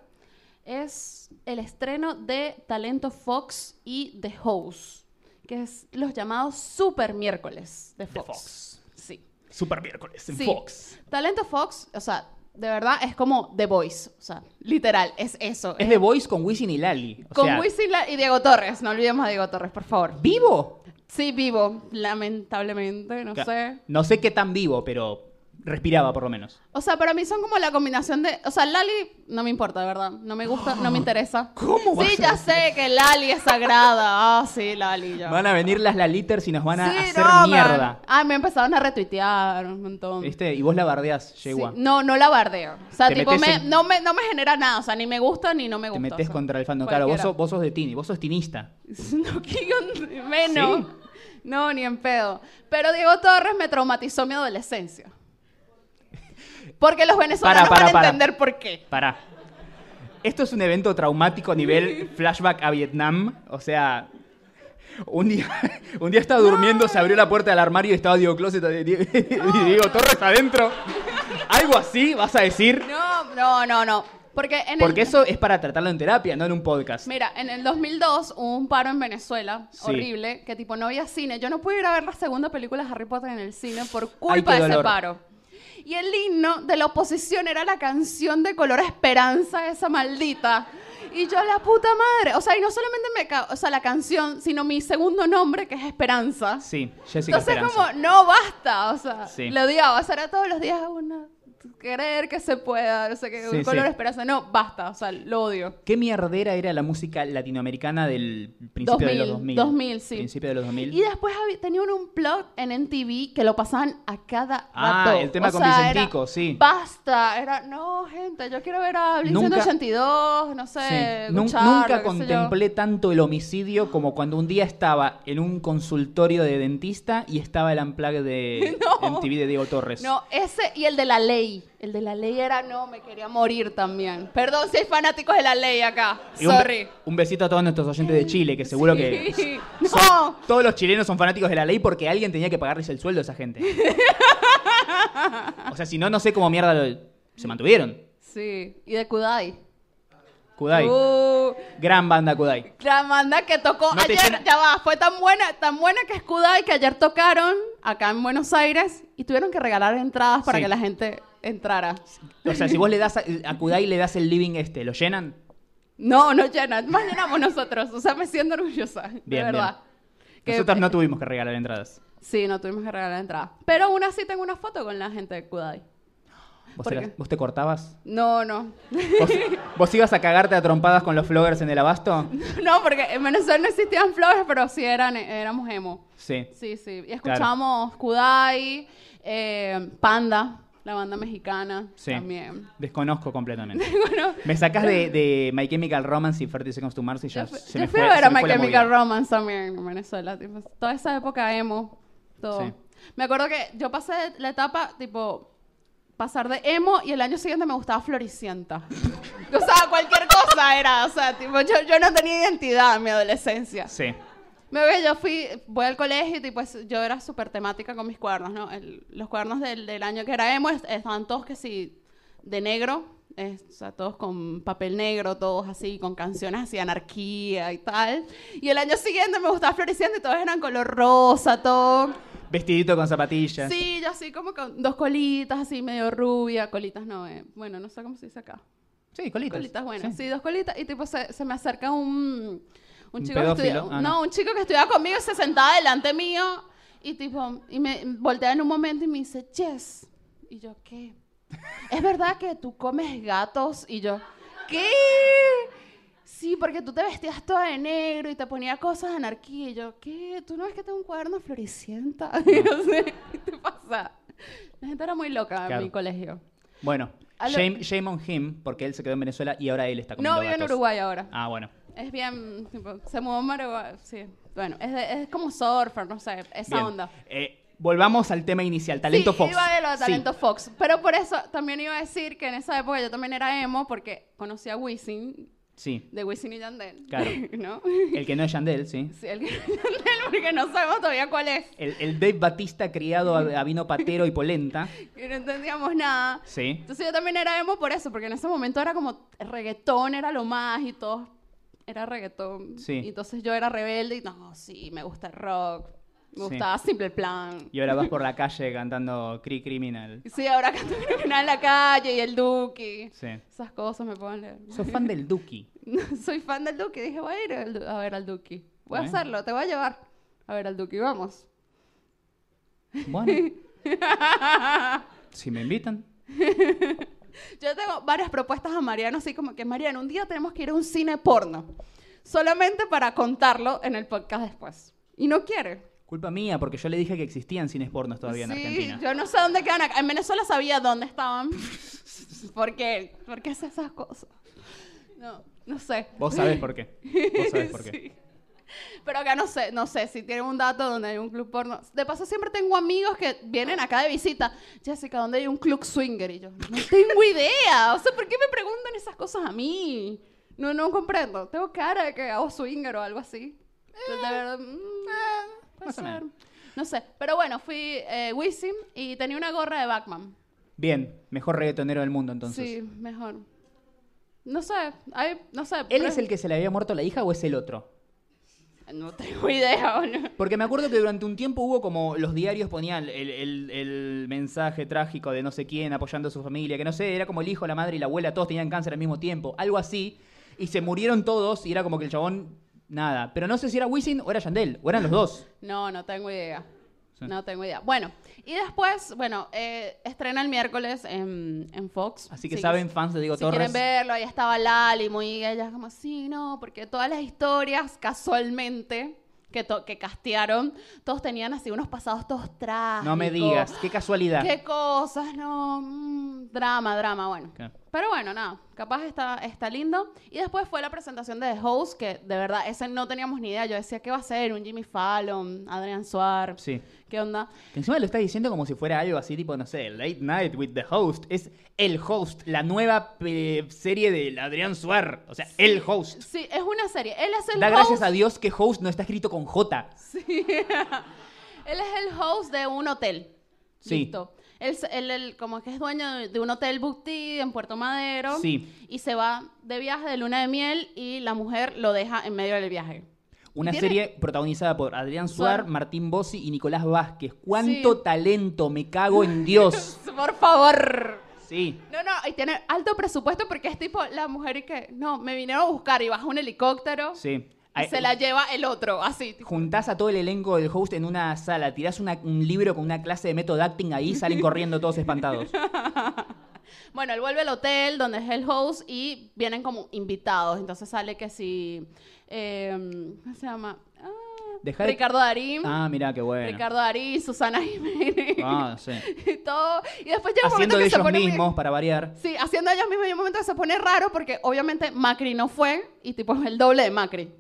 S1: Es el estreno de Talento Fox y The House, que es los llamados super miércoles de
S2: The
S1: Fox.
S2: Fox.
S1: Sí.
S2: Super miércoles en
S1: Sí.
S2: Fox.
S1: Talento Fox, o sea, de verdad es como The Voice, o sea, literal, es eso.
S2: Es The Voice con Wisin y Lali. O
S1: con
S2: sea,
S1: Wisin y Diego Torres, no olvidemos a Diego Torres, por favor.
S2: ¿Vivo?
S1: Sí, vivo, lamentablemente, no
S2: Ca-
S1: sé.
S2: No sé qué tan vivo, pero respiraba por lo menos.
S1: O sea, para mí son como la combinación de. O sea, Lali no me importa, de verdad. No me gusta, no me interesa.
S2: ¿Cómo vas
S1: Sí,
S2: a
S1: ya
S2: decir
S1: sé que Lali es sagrada. Ah, sí, Lali, ya.
S2: Van a venir las Laliters y nos van a
S1: Sí,
S2: hacer
S1: no, man.
S2: mierda.
S1: Ah, me empezaron a retuitear un montón.
S2: ¿Viste? Y vos la bardeás,
S1: Sí,
S2: yegua.
S1: No, no la bardeo. O sea,
S2: Te
S1: tipo,
S2: metes
S1: me-
S2: en-
S1: no, me, no me genera nada. O sea, ni me gusta ni no me
S2: Te
S1: gusta.
S2: metes
S1: o sea,
S2: contra el fandom. Claro, vos
S1: cualquiera.
S2: sos, vos sos de Tini, vos sos tinista.
S1: No, que yo- ni menos.
S2: Sí.
S1: No, ni en pedo. Pero Diego Torres me traumatizó mi adolescencia. Porque los venezolanos
S2: para,
S1: van a
S2: para.
S1: entender por qué.
S2: Pará. Esto es un evento traumático a nivel flashback a Vietnam. O sea, un día, un día estaba durmiendo, se abrió la puerta del armario y estaba Diego Closet y Diego, y Diego Torres adentro. Algo así vas a decir.
S1: No, no, no, no. Porque en
S2: Porque
S1: el,
S2: eso es para tratarlo en terapia, no en un podcast.
S1: Mira, en el 2002 hubo un paro en Venezuela
S2: Sí.
S1: horrible, que tipo no había cine. Yo no pude ir a ver la segunda película de Harry Potter en el cine por
S2: Ay, qué
S1: culpa de ese
S2: dolor.
S1: paro. Y el himno de la oposición era la canción de color esperanza, esa maldita. Y yo, la puta madre. O sea, y no solamente me ca- o sea, la canción, sino mi segundo nombre, que es Esperanza.
S2: Sí, Jessica
S1: Entonces,
S2: Esperanza.
S1: como, no basta, o sea,
S2: Sí.
S1: lo odiaba, o sea, era todos los días una querer que se pueda, no sé qué,
S2: Sí,
S1: un color
S2: sí.
S1: esperanza, no, basta, o sea, lo odio.
S2: ¿Qué mierdera era la música latinoamericana del principio de los 2000?
S1: 2000, 2000, sí.
S2: Principio de los 2000.
S1: Y después había- tenían un plot en NTV que lo pasaban a cada
S2: Ah,
S1: rato.
S2: el tema con
S1: era,
S2: Vicentico, sí.
S1: Basta, era, no, gente, yo quiero ver a Blink
S2: Nunca-
S1: 182, no
S2: Sí.
S1: sé,
S2: Nun-
S1: Guchardo,
S2: nunca
S1: qué sé yo.
S2: contemplé tanto el homicidio como cuando un día estaba en un consultorio de dentista y estaba el amplague de
S1: No.
S2: MTV de Diego Torres.
S1: No, ese y el de la ley. El de la ley era no, me quería morir también. Perdón si hay fanáticos de la ley acá.
S2: Y un,
S1: Sorry.
S2: un besito a todos nuestros oyentes de Chile, que seguro que
S1: Sí. No.
S2: todos los chilenos son fanáticos de la ley porque alguien tenía que pagarles el sueldo a esa gente. o sea, si no, no sé cómo mierda lo- se mantuvieron.
S1: Sí. Y de Kudai.
S2: Kudai.
S1: Uh,
S2: Gran banda Kudai.
S1: la banda que tocó
S2: No te
S1: ayer,
S2: llena-
S1: ya va, fue tan buena, tan buena que es Kudai que ayer tocaron acá en Buenos Aires y tuvieron que regalar entradas para
S2: Sí.
S1: que la gente entrara.
S2: O sea, si vos le das a, a Kudai le das el living este, ¿lo llenan?
S1: No, no llenan, más llenamos nosotros. O sea, me siento orgullosa,
S2: Bien,
S1: de verdad. Que- eh,
S2: Nosotros no tuvimos que regalar entradas.
S1: Sí, no tuvimos que regalar entradas. Pero aún así tengo una foto con la gente de Kudai.
S2: ¿Vos,
S1: ¿Por
S2: eras-
S1: qué?
S2: vos te cortabas?
S1: No, no.
S2: ¿Vos, vos ibas a cagarte a trompadas con los floggers en el abasto?
S1: No, porque en Venezuela no existían flores, pero sí eran, éramos emo.
S2: Sí.
S1: Sí, sí. Y escuchamos Kudai, eh, Panda, la banda mexicana
S2: Sí.
S1: también.
S2: Desconozco completamente. Me sacás de, de My Chemical Romance y 30 Seconds to Mars y ya
S1: Yo fui-
S2: se
S1: yo
S2: me
S1: fui
S2: fue,
S1: a ver
S2: se
S1: a
S2: me
S1: My
S2: fue la
S1: Chemical
S2: movida.
S1: Romance también en Venezuela. tipo, toda esa época emo, todo.
S2: Sí.
S1: Me acuerdo que yo pasé la etapa, tipo, pasar de emo y el año siguiente me gustaba Floricienta. o sea, cualquier cosa era. O sea, tipo, yo, yo no tenía identidad en mi adolescencia.
S2: Sí.
S1: Me acuerdo que yo fui, voy al colegio y tipo, es- yo era súper temática con mis cuadernos, ¿no? El- los cuadernos del, del año que era emo es- estaban todos que sí, de negro, es- o sea, todos con papel negro, todos así, con canciones así, anarquía y tal. Y el año siguiente me gustaba Floreciente y todos eran color rosa, todo.
S2: Vestidito con zapatillas.
S1: Sí, yo así como con dos colitas, así medio rubia, colitas no, eh, bueno, no sé cómo se dice acá.
S2: Sí, colitas.
S1: Colitas buenas,
S2: Pues, Sí.
S1: sí. dos colitas. Y tipo, se, se me acerca un, un
S2: ¿Un
S1: chico que estudia-
S2: pedófilo? Ah,
S1: no,
S2: no.
S1: un chico que estudiaba conmigo y se sentaba delante mío. Y tipo, y me voltea en un momento y me dice, Jess. Y yo, ¿qué? ¿Es verdad que tú comes gatos? Y yo, ¿qué? Sí, porque tú te vestías toda de negro y te ponía cosas de anarquía. Y yo, ¿qué? ¿Tú no ves que tengo un cuaderno floricienta? No sé, ¿qué te pasa? La gente era muy loca en
S2: Claro.
S1: mi colegio.
S2: Bueno,
S1: A lo-
S2: shame, shame on him, porque él se quedó en Venezuela y ahora él está comiendo
S1: No, vivo en
S2: gatos.
S1: Uruguay ahora.
S2: Ah, bueno.
S1: Es bien, tipo, se mudó a Maraguá, sí. Bueno, es, de- es como surfer, no sé, esa
S2: Bien.
S1: onda.
S2: Eh, volvamos al tema inicial, Talento
S1: sí,
S2: Fox.
S1: iba de lo de
S2: Sí.
S1: Talento Fox. Pero por eso también iba a decir que en esa época yo también era emo porque conocí a Wisin,
S2: Sí,
S1: de Wisin y Yandel.
S2: Claro.
S1: ¿No?
S2: el que no es Yandel, sí.
S1: Sí, el que Yandel, porque no sabemos todavía cuál es.
S2: El, el Dave Batista criado a, a vino patero y polenta.
S1: Que no entendíamos nada.
S2: Sí.
S1: Entonces yo también era emo por eso, porque en ese momento era como reggaetón, era lo más y todo. Era reggaetón.
S2: Sí.
S1: Y entonces yo era rebelde y no, sí, me gusta el rock. Me
S2: Sí.
S1: gustaba Simple Plan.
S2: Y ahora vas por la calle cantando Cri Criminal.
S1: Sí, ahora canto criminal en la calle y el Duki.
S2: Sí.
S1: Esas cosas me pueden leer.
S2: Sos fan del Duki.
S1: Soy fan del Duki. Dije, voy a ir al Du- a ver al Duki. Voy a
S2: Bueno.
S1: hacerlo, te voy a llevar a ver al Duki. Vamos.
S2: Bueno, si me invitan.
S1: Yo tengo varias propuestas a Mariano, así como que, Mariano, un día tenemos que ir a un cine porno. Solamente para contarlo en el podcast después. Y no quiere.
S2: Culpa mía, porque yo le dije que existían cines pornos todavía en
S1: sí,
S2: Argentina.
S1: yo no sé dónde quedan acá. En Venezuela sabía dónde estaban. ¿Por qué? ¿Por qué hace esas cosas? No, no sé.
S2: Vos sabés por qué. Vos sabés por qué.
S1: Sí. Pero acá no sé, no sé si tienen un dato donde hay un club porno. De paso, siempre tengo amigos que vienen acá de visita. Jessica, ¿dónde hay un club swinger? Y yo, no tengo idea. O sea, ¿por qué me preguntan esas cosas a mí? No, no comprendo. Tengo cara de que hago swinger o algo así. De
S2: Eh,
S1: verdad, mm, puede
S2: más o
S1: ser.
S2: menos.
S1: No sé. Pero bueno, fui eh, Wisin y tenía una gorra de Batman.
S2: Bien, mejor reggaetonero del mundo entonces.
S1: Sí, mejor. No sé, hay, no sé.
S2: ¿Él es el que se le había muerto la hija o es el otro?
S1: No tengo idea, boludo.
S2: Porque me acuerdo que durante un tiempo hubo como los diarios ponían el, el- el mensaje trágico de no sé quién apoyando a su familia, que no sé, era como el hijo, la madre y la abuela, todos tenían cáncer al mismo tiempo, algo así, y se murieron todos y era como que el chabón, nada. Pero no sé si era Wisin o era Yandel, o eran los dos.
S1: No, no tengo idea.
S2: Sí.
S1: No tengo idea. Bueno, y después, bueno, eh, estrena el miércoles en, en Fox.
S2: Así que
S1: Si-
S2: saben, fans de Diego
S1: Si
S2: Torres.
S1: quieren verlo, ahí estaba Lali, muy ella como, sí, no, porque todas las historias casualmente que, to- que castearon, todos tenían así unos pasados todos trágicos.
S2: No me digas, qué casualidad.
S1: Qué cosas, no. mm, drama, drama, bueno.
S2: Claro.
S1: Pero bueno, nada, capaz está, está lindo. Y después fue la presentación de The Host, que de verdad, ese no teníamos ni idea. Yo decía, ¿qué va a ser? Un Jimmy Fallon, Adrián Suar,
S2: Sí.
S1: ¿qué onda?
S2: Que encima lo está diciendo como si fuera algo así tipo, no sé, Late Night with the Host. Es el host, la nueva eh, serie de Adrián Suar. O sea, el host.
S1: Sí, es una serie. Él es el
S2: Da
S1: host.
S2: gracias a Dios que host no está escrito con J.
S1: Sí. Él es el host de un hotel.
S2: Sí.
S1: Listo. Él, se- él- él como que es dueño de, de un hotel boutique en Puerto Madero.
S2: Sí.
S1: Y se va de viaje de luna de miel y la mujer lo deja en medio del viaje.
S2: Una
S1: Tiene-
S2: serie protagonizada por Adrián Suar,
S1: Suar.
S2: Martín Bossi y Nicolás Vázquez. ¡Cuánto talento! ¡Me cago en Dios!
S1: Por favor.
S2: Sí.
S1: No, no, y tiene alto presupuesto porque es tipo la mujer y que, no, me vinieron a buscar y baja un helicóptero
S2: Sí.
S1: y
S2: Ay,
S1: se la lleva el otro, así. tipo.
S2: Juntás a todo el elenco del host en una sala, tirás una- un libro con una clase de método acting ahí, salen corriendo todos espantados.
S1: Bueno, él vuelve al hotel donde es el host y vienen como invitados. Entonces sale que si. eh, ¿Cómo se llama? Ah,
S2: Dejá de-
S1: Ricardo Darín.
S2: Ah, mirá, qué bueno.
S1: Ricardo Darín, Susana Jiménez.
S2: Ah, sí.
S1: Y todo. Y después llega un momento
S2: haciendo de
S1: que se
S2: ellos
S1: pone. muy-
S2: mismos para variar.
S1: Sí, haciendo ellos mismos. Y un momento que se pone raro porque obviamente Macri no fue y tipo es el doble de Macri.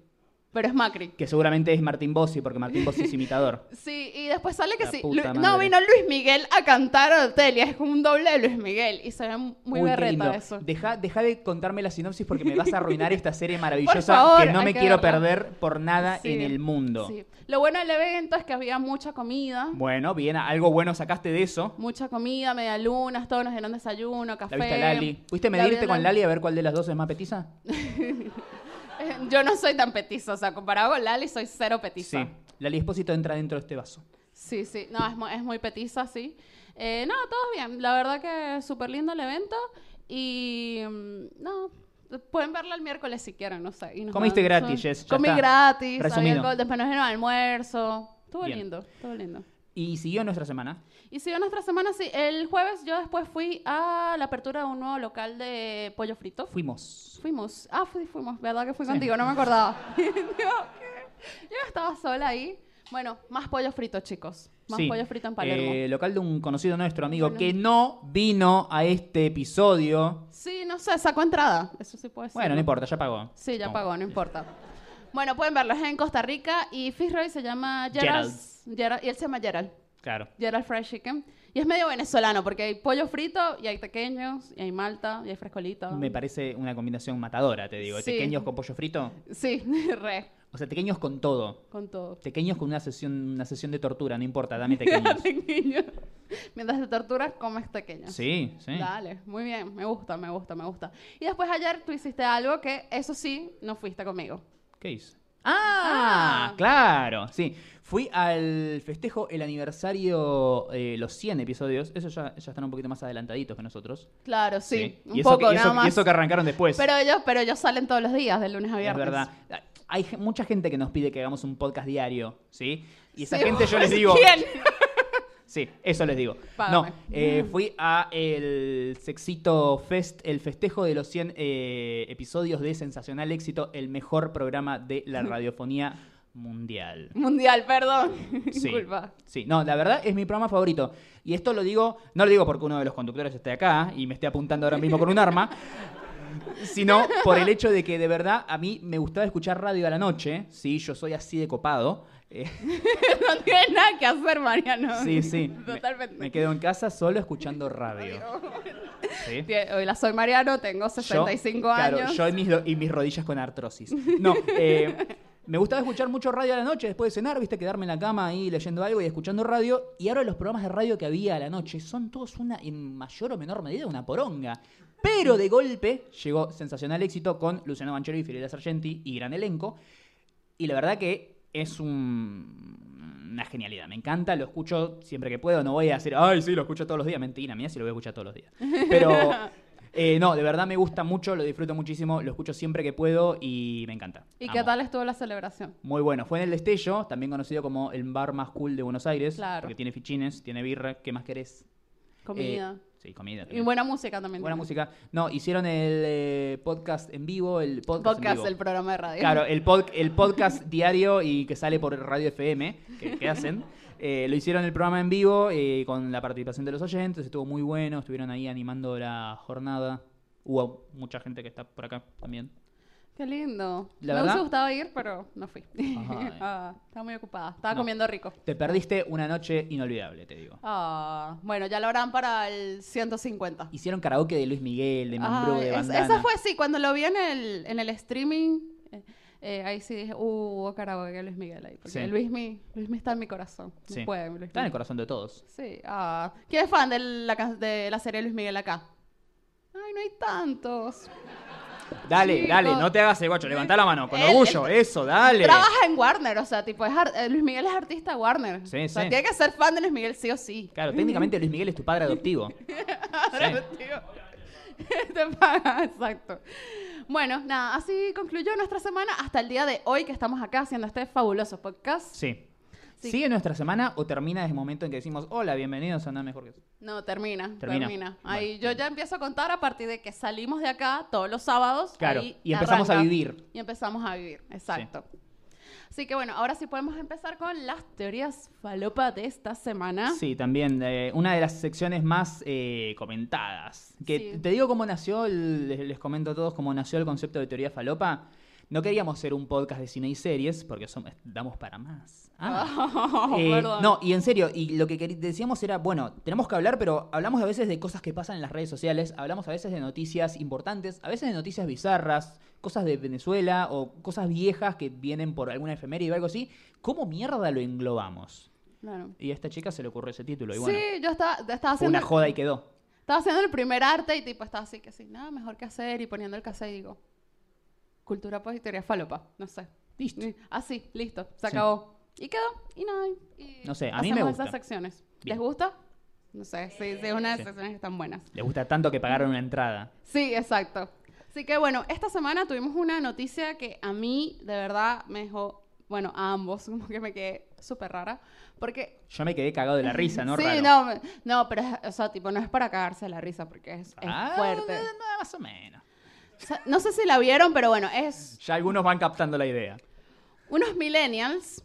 S1: Pero es Macri.
S2: Que seguramente es Martín Bossi, porque Martín Bossi es imitador.
S1: Sí, y después sale que
S2: La
S1: sí. Lu-
S2: puta
S1: No,
S2: madre.
S1: vino Luis Miguel a cantar al hotel y es como un doble de Luis Miguel. Y se ve muy
S2: Uy, qué lindo.
S1: berreta eso.
S2: Deja, deja de contarme la sinopsis porque me vas a arruinar esta serie maravillosa
S1: Por favor,
S2: que no
S1: hay
S2: me
S1: que
S2: quiero
S1: verla.
S2: perder por nada
S1: Sí.
S2: en el mundo.
S1: Sí. Lo bueno del evento es que había mucha comida.
S2: Bueno, bien, algo bueno sacaste de eso.
S1: Mucha comida, medialunas, todos nos dieron desayuno, café.
S2: La viste a Lali. ¿Pudiste
S1: La vi
S2: medirte
S1: a
S2: con Lali a ver cuál de las dos es más petiza?
S1: Eh, Yo no soy tan petiza, o sea, comparado con Lali soy cero petiza.
S2: Sí. Lali Espósito entra dentro de este vaso.
S1: Sí, sí, no, es, mu- es muy petiza, sí. Eh, no, todo bien, la verdad que súper lindo el evento y mm, no, pueden verla el miércoles si quieren, no sé. y nos
S2: Comiste
S1: mandan-
S2: gratis, Jess, ya
S1: Comí
S2: está.
S1: gratis, había
S2: Resumido.
S1: alcohol, después nos dieron almuerzo, estuvo
S2: Bien.
S1: lindo, estuvo lindo.
S2: Y siguió nuestra semana.
S1: Y siguió nuestra semana así. El jueves yo después fui a la apertura de un nuevo local de pollo frito.
S2: Fuimos.
S1: Fuimos. Ah, fui- fuimos. ¿Verdad que fui
S2: Sí.
S1: contigo? No me acordaba. Digo, ¿qué? yo estaba sola ahí. Bueno, más pollo frito, chicos. Más
S2: Sí.
S1: pollo frito en Palermo.
S2: Eh, local de un conocido nuestro amigo
S1: Palermo.
S2: que no vino a este episodio.
S1: Sí, no sé, sacó entrada. Eso sí puede ser.
S2: Bueno, no importa, ya pagó.
S1: Sí, ya
S2: Toma.
S1: pagó, no importa. Bueno, pueden verlos en Costa Rica y Fitzroy se llama Gerald.
S2: Gerald.
S1: Gerald- Y él se llama Gerald.
S2: Claro.
S1: Gerald Fried Chicken. Y es medio venezolano porque hay pollo frito y hay tequeños y hay malta y hay frescolita.
S2: Me parece una combinación matadora, te digo.
S1: Sí.
S2: Tequeños con pollo frito.
S1: Sí, re,
S2: O sea, tequeños con todo.
S1: con todo.
S2: Tequeños con una sesión, una sesión de tortura, no importa, dame tequeños.
S1: Tequeño. Mientras te torturas, comes tequeños.
S2: sí, sí.
S1: Dale, muy bien, me gusta, me gusta, me gusta. Y después ayer tú hiciste algo que, eso sí, no fuiste conmigo.
S2: ¿Qué hice? Ah,
S1: Ah.
S2: claro, sí. Fui al festejo el aniversario, eh, los 100 episodios. Eso ya, ya están un poquito más adelantaditos que nosotros.
S1: Claro, sí, un
S2: Y eso que-
S1: poco
S2: y eso-
S1: nada más.
S2: Y eso que arrancaron después.
S1: Pero ellos, pero ellos salen todos los días, de lunes a
S2: es
S1: viernes.
S2: verdad. Hay ge- mucha gente que nos pide que hagamos un podcast diario, ¿sí? Y esa
S1: Sí,
S2: gente yo les
S1: ¿quién?
S2: digo... Sí, eso les digo.
S1: Págame.
S2: No, eh, fui a el Sexito Fest, el festejo de los 100 eh, episodios de Sensacional Éxito, el mejor programa de la radiofonía mundial.
S1: Mundial, perdón.
S2: Sí.
S1: Disculpa.
S2: Sí, no, la verdad es mi programa favorito. Y esto lo digo, no lo digo porque uno de los conductores esté acá y me esté apuntando ahora mismo con un arma, sino por el hecho de que de verdad a mí me gustaba escuchar radio a la noche, sí, yo soy así de copado. eh,
S1: No tienes nada que hacer, Mariano.
S2: sí, sí. me-
S1: Totalmente.
S2: Me, quedo en casa solo escuchando radio. Sí.
S1: Tie- Hola, soy Mariano, tengo
S2: Yo-
S1: 65
S2: claro,
S1: años.
S2: yo y mis, do- y mis rodillas con artrosis. No, eh, me gustaba escuchar mucho radio a la noche después de cenar, viste, quedarme en la cama ahí leyendo algo y escuchando radio. Y ahora los programas de radio que había a la noche son todos una, en mayor o menor medida, una poronga. Pero de golpe llegó sensacional éxito con Luciano Banchero y Fiorella Sargenti y gran elenco. Y la verdad que es un- una genialidad. Me encanta, lo escucho siempre que puedo. No voy a decir, ay, sí, lo escucho todos los días. Mentira, mira si lo voy a escuchar todos los días. Pero eh, no, de verdad me gusta mucho, lo disfruto muchísimo, lo escucho siempre que puedo y me encanta.
S1: ¿Y
S2: Amo.
S1: qué tal estuvo la celebración?
S2: Muy bueno. Fue en el Destello, también conocido como el bar más cool de Buenos Aires.
S1: Claro.
S2: Porque tiene fichines, tiene birra, ¿qué más querés?
S1: Comida.
S2: Eh, sí, comida.
S1: y buena música también.
S2: Buena
S1: tiene.
S2: música. No, hicieron el eh, podcast en vivo, el podcast, en
S1: Podcast,
S2: vivo.
S1: el programa de radio.
S2: Claro, el, pod- el podcast diario y que sale por Radio FM, que, que hacen. Eh, lo hicieron el programa en vivo eh, con la participación de los oyentes, estuvo muy bueno, estuvieron ahí animando la jornada. Hubo mucha gente que está por acá también.
S1: Qué lindo.
S2: La
S1: Me
S2: verdad-
S1: hubiese gustado ir, pero no fui.
S2: Ajá.
S1: Ah, estaba muy ocupada. Estaba
S2: No.
S1: comiendo rico.
S2: Te perdiste una noche inolvidable, te digo.
S1: Ah, bueno, ya lo harán para el 150.
S2: Hicieron karaoke de Luis Miguel, de Mambrú,
S1: Ay,
S2: de
S1: es-
S2: Bandana.
S1: esa fue así, cuando lo vi en el, en el streaming, eh, eh, ahí sí dije, uh, hubo karaoke de Luis Miguel ahí. Porque
S2: Sí.
S1: Luismi, Luismi está en mi corazón. No
S2: Sí.
S1: puede, Luismi.
S2: Está en el corazón de todos.
S1: Sí, ah. ¿Quién es fan de la, can- de la serie de Luis Miguel acá? Ay, no hay tantos.
S2: Dale,
S1: Chicos.
S2: dale, no te hagas el guacho, levanta la mano, con
S1: Él-
S2: orgullo, eso, dale.
S1: Eh, Trabaja en Warner, o sea, tipo, es ar- eh, Luis Miguel es artista Warner.
S2: Sí,
S1: o sea,
S2: sí.
S1: tiene que ser fan de Luis Miguel sí o sí.
S2: Claro, técnicamente Luis Miguel es tu padre adoptivo.
S1: Ahora, tío, te paga, exacto. Bueno, nada, así concluyó nuestra semana hasta el día de hoy que estamos acá haciendo este fabuloso podcast.
S2: Sí.
S1: Sí.
S2: ¿Sigue nuestra semana o termina desde el momento en que decimos, hola, bienvenidos a Nada Mejor que Eso"?
S1: No, termina, termina.
S2: Termina.
S1: Ahí
S2: Vale.
S1: yo ya empiezo a contar a partir de que salimos de acá todos los sábados.
S2: Claro,
S1: ahí
S2: y empezamos
S1: arranca.
S2: a vivir.
S1: Y empezamos a vivir, exacto. Así que bueno, ahora sí podemos empezar con las teorías falopa de esta semana.
S2: Sí, también eh, una de las secciones más eh, comentadas. Que
S1: Sí.
S2: te digo cómo nació, el- les, les comento a todos cómo nació el concepto de teoría falopa. No queríamos ser un podcast de cine y series porque somos- damos para más. Ah. Eh,
S1: Oh, Perdón.
S2: no, y en serio, y lo que queri- decíamos era, bueno, tenemos que hablar, pero hablamos a veces de cosas que pasan en las redes sociales, hablamos a veces de noticias importantes, a veces de noticias bizarras, cosas de Venezuela o cosas viejas que vienen por alguna efeméride o algo así. ¿Cómo mierda lo englobamos?
S1: Claro.
S2: Y a esta chica se le ocurrió ese título, y bueno,
S1: sí, yo estaba, estaba
S2: fue
S1: haciendo
S2: una joda y quedó.
S1: Estaba haciendo el primer arte y tipo estaba así que así, nada mejor que hacer y poniendo el cassette y digo, cultura pop y teoría falopa, no sé.
S2: Listo.
S1: Y- Así, listo, se
S2: Sí.
S1: acabó. Y quedó, y nada. y
S2: No sé, a mí me
S1: hacemos
S2: gusta.
S1: esas secciones.
S2: Bien.
S1: ¿Les gusta? No sé, sí, sí, es una de las
S2: Sí.
S1: secciones que están buenas.
S2: Le gusta tanto que pagaron una entrada.
S1: Sí, exacto. Así que bueno, esta semana tuvimos una noticia que a mí de verdad me dejó, bueno, a ambos, como que me quedé súper rara, porque
S2: Yo me quedé cagado de la risa, ¿no?
S1: sí,
S2: Raro.
S1: no, me- no, pero es- o sea, tipo, no es para cagarse de la risa porque es, es
S2: Ah,
S1: fuerte.
S2: no, más o menos.
S1: O sea, no sé si la vieron, pero bueno, es
S2: Ya algunos van captando la idea.
S1: unos millennials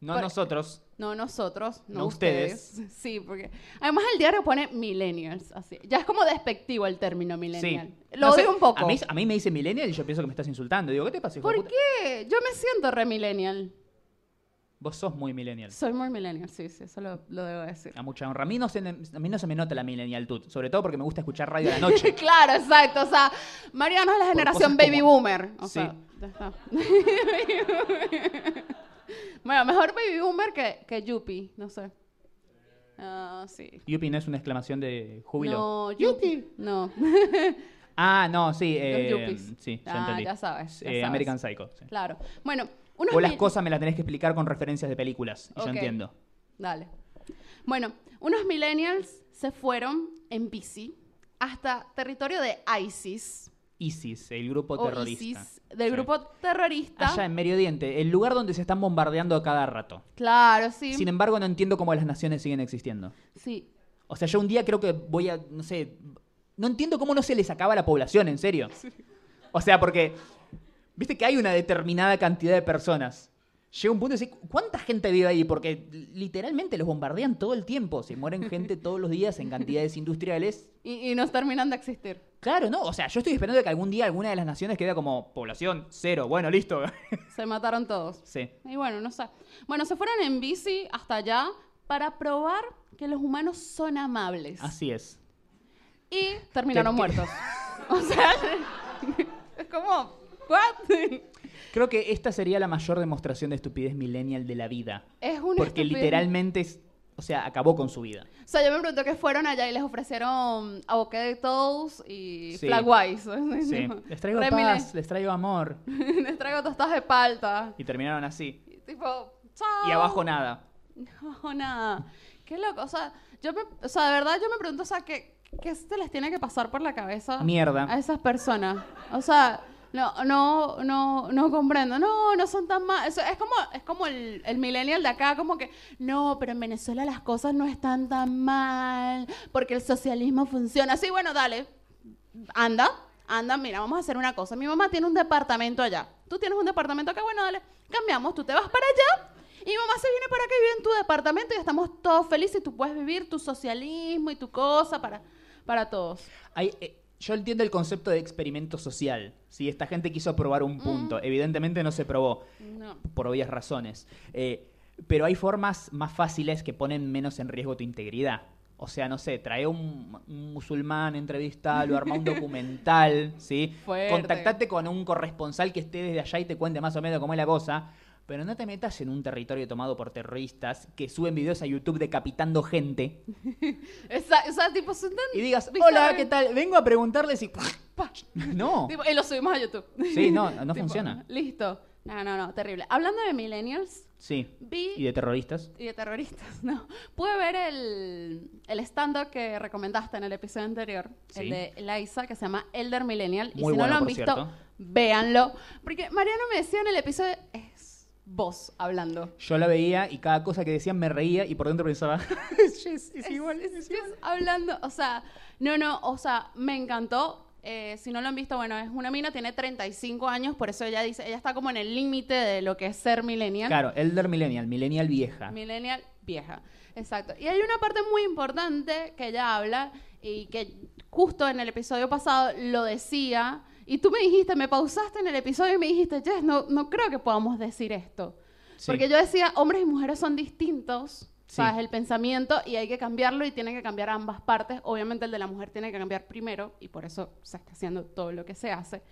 S2: No
S1: Por-
S2: nosotros.
S1: No nosotros, no,
S2: No ustedes.
S1: ustedes. Sí, porque además el diario pone millennials, así. Ya es como despectivo el término
S2: Sí.
S1: millennial.
S2: No
S1: Lo
S2: sé,
S1: odio un poco.
S2: A mí, a mí me dice millennial y yo pienso que me estás insultando. Digo, ¿qué te pasa, hijo de
S1: ¿Por
S2: puta?
S1: qué? Yo me siento re millennial.
S2: Vos sos muy millennial.
S1: Soy muy millennial, sí, sí, eso lo, lo debo decir.
S2: A mucha honra. A mí, no se, a mí no se me nota la millennialtud. Sobre todo porque me gusta escuchar radio a la noche.
S1: claro, exacto. O sea, Mariano es la generación
S2: cosas
S1: baby
S2: como-
S1: boomer. O
S2: Sí.
S1: sea, ya está. bueno, mejor baby boomer que, que Yuppie, no sé. Ah, sí.
S2: Yupi no es una exclamación de júbilo.
S1: No, Yuppie. No.
S2: Ah, no, sí. eh,
S1: yuppies.
S2: sí, ya
S1: Ah,
S2: entendí.
S1: ya sabes, ya
S2: Eh,
S1: sabes.
S2: American Psycho. sí.
S1: Claro. Bueno, unos
S2: O las
S1: mil-
S2: cosas me las tenés que explicar con referencias de películas. Y
S1: Ok.
S2: yo entiendo.
S1: Dale. Bueno, unos millennials se fueron en bici hasta territorio de ISIS.
S2: ISIS, el grupo
S1: o
S2: terrorista.
S1: ISIS, del
S2: Sí.
S1: grupo terrorista.
S2: Allá en Medio Oriente, el lugar donde se están bombardeando a cada rato.
S1: Claro, sí.
S2: Sin em- embargo, no entiendo cómo las naciones siguen existiendo.
S1: Sí.
S2: O sea, yo un día creo que voy a, no sé, no entiendo cómo no se les acaba la población, en serio. O sea, porque, viste que hay una determinada cantidad de personas. Llega un punto de decir, ¿cuánta gente vive ahí? Porque literalmente los bombardean todo el tiempo. Se mueren gente todos los días en cantidades industriales.
S1: Y, y nos terminan de existir.
S2: Claro, no. O sea, yo estoy esperando que algún día alguna de las naciones quede como población cero. Bueno, listo.
S1: Se mataron todos.
S2: sí.
S1: Y bueno, no sé. Bueno, se fueron en bici hasta allá para probar que los humanos son amables.
S2: Así es.
S1: Y terminaron
S2: Que- que-
S1: muertos. O sea, es como, ¿what?
S2: Creo que esta sería la mayor demostración de estupidez millennial de la vida.
S1: Es una
S2: Porque
S1: estupidez.
S2: literalmente, es- o sea, acabó con su vida.
S1: O sea, yo me pregunto que fueron allá y les ofrecieron de toast y
S2: Sí.
S1: flag whites.
S2: Sí.
S1: Tipo,
S2: Les traigo
S1: re
S2: paz, les traigo amor.
S1: milen- les traigo tostadas de palta.
S2: Y terminaron así.
S1: Y tipo, chao.
S2: Y abajo nada.
S1: No, nada. Qué loco. O sea, yo me, o sea, de verdad yo me pregunto, o sea, ¿qué, qué se les tiene que pasar por la cabeza
S2: Mierda.
S1: a esas personas? O sea, no, no, no, no comprendo. No, no son tan mal. es como, es como el, el millennial de acá, como que, no, pero en Venezuela las cosas no están tan mal, porque el socialismo funciona. Sí, bueno, dale. Anda, anda, mira, vamos a hacer una cosa. Mi mamá tiene un departamento allá. Tú tienes un departamento acá, bueno, dale, cambiamos, tú te vas para allá. Y mi mamá se viene para acá y vive en tu departamento y estamos todos felices y tú puedes vivir tu socialismo y tu cosa para, para todos.
S2: Hay- eh, yo entiendo el concepto de experimento social. Si esta gente quiso probar un punto, evidentemente no se probó,
S1: No.
S2: por obvias razones. Eh, pero hay formas más fáciles que ponen menos en riesgo tu integridad. O sea, no sé, trae un, un musulmán, entrevistalo, arma un documental, ¿sí?
S1: Fuerte.
S2: Contactate con un corresponsal que esté desde allá y te cuente más o menos cómo es la cosa. Pero no te metas en un territorio tomado por terroristas que suben videos a YouTube decapitando gente
S1: Esa, o sea, tipo, son tan-
S2: y digas,
S1: ¿Viste?
S2: hola, ¿qué tal? Vengo a preguntarle si... No.
S1: tipo, y lo subimos a YouTube.
S2: Sí, no, no
S1: Tipo,
S2: funciona.
S1: Listo. No, no, no, terrible. Hablando de millennials,
S2: Sí.
S1: vi...
S2: ¿Y de terroristas?
S1: y de terroristas, no. Pude ver el, el stand-up que recomendaste en el episodio anterior,
S2: Sí.
S1: el de Liza, que se llama Elder Millennial. y
S2: Muy
S1: si
S2: bueno,
S1: no lo han
S2: por
S1: visto,
S2: cierto.
S1: véanlo. Porque Mariano me decía en el episodio, es vos hablando.
S2: Yo la veía y cada cosa que decían me reía y por dentro pensaba, "Yes, es igual, es
S1: Es
S2: igual".
S1: hablando, o sea, no, no, o sea, me encantó. Eh, si no lo han visto, bueno, es una mina, tiene 35 años, por eso ella dice, ella está como en el límite de lo que es ser millennial.
S2: Claro, Elder Millennial, Millennial vieja.
S1: Millennial vieja. Exacto. Y hay una parte muy importante que ella habla y que justo en el episodio pasado lo decía. Y tú me dijiste, me pausaste en el episodio y me dijiste, Jess, no, no creo que podamos decir esto.
S2: Sí.
S1: Porque yo decía, hombres y mujeres son distintos,
S2: Sí.
S1: ¿sabes? El pensamiento y hay que cambiarlo y tienen que cambiar ambas partes. Obviamente el de la mujer tiene que cambiar primero y por eso se está haciendo todo lo que se hace.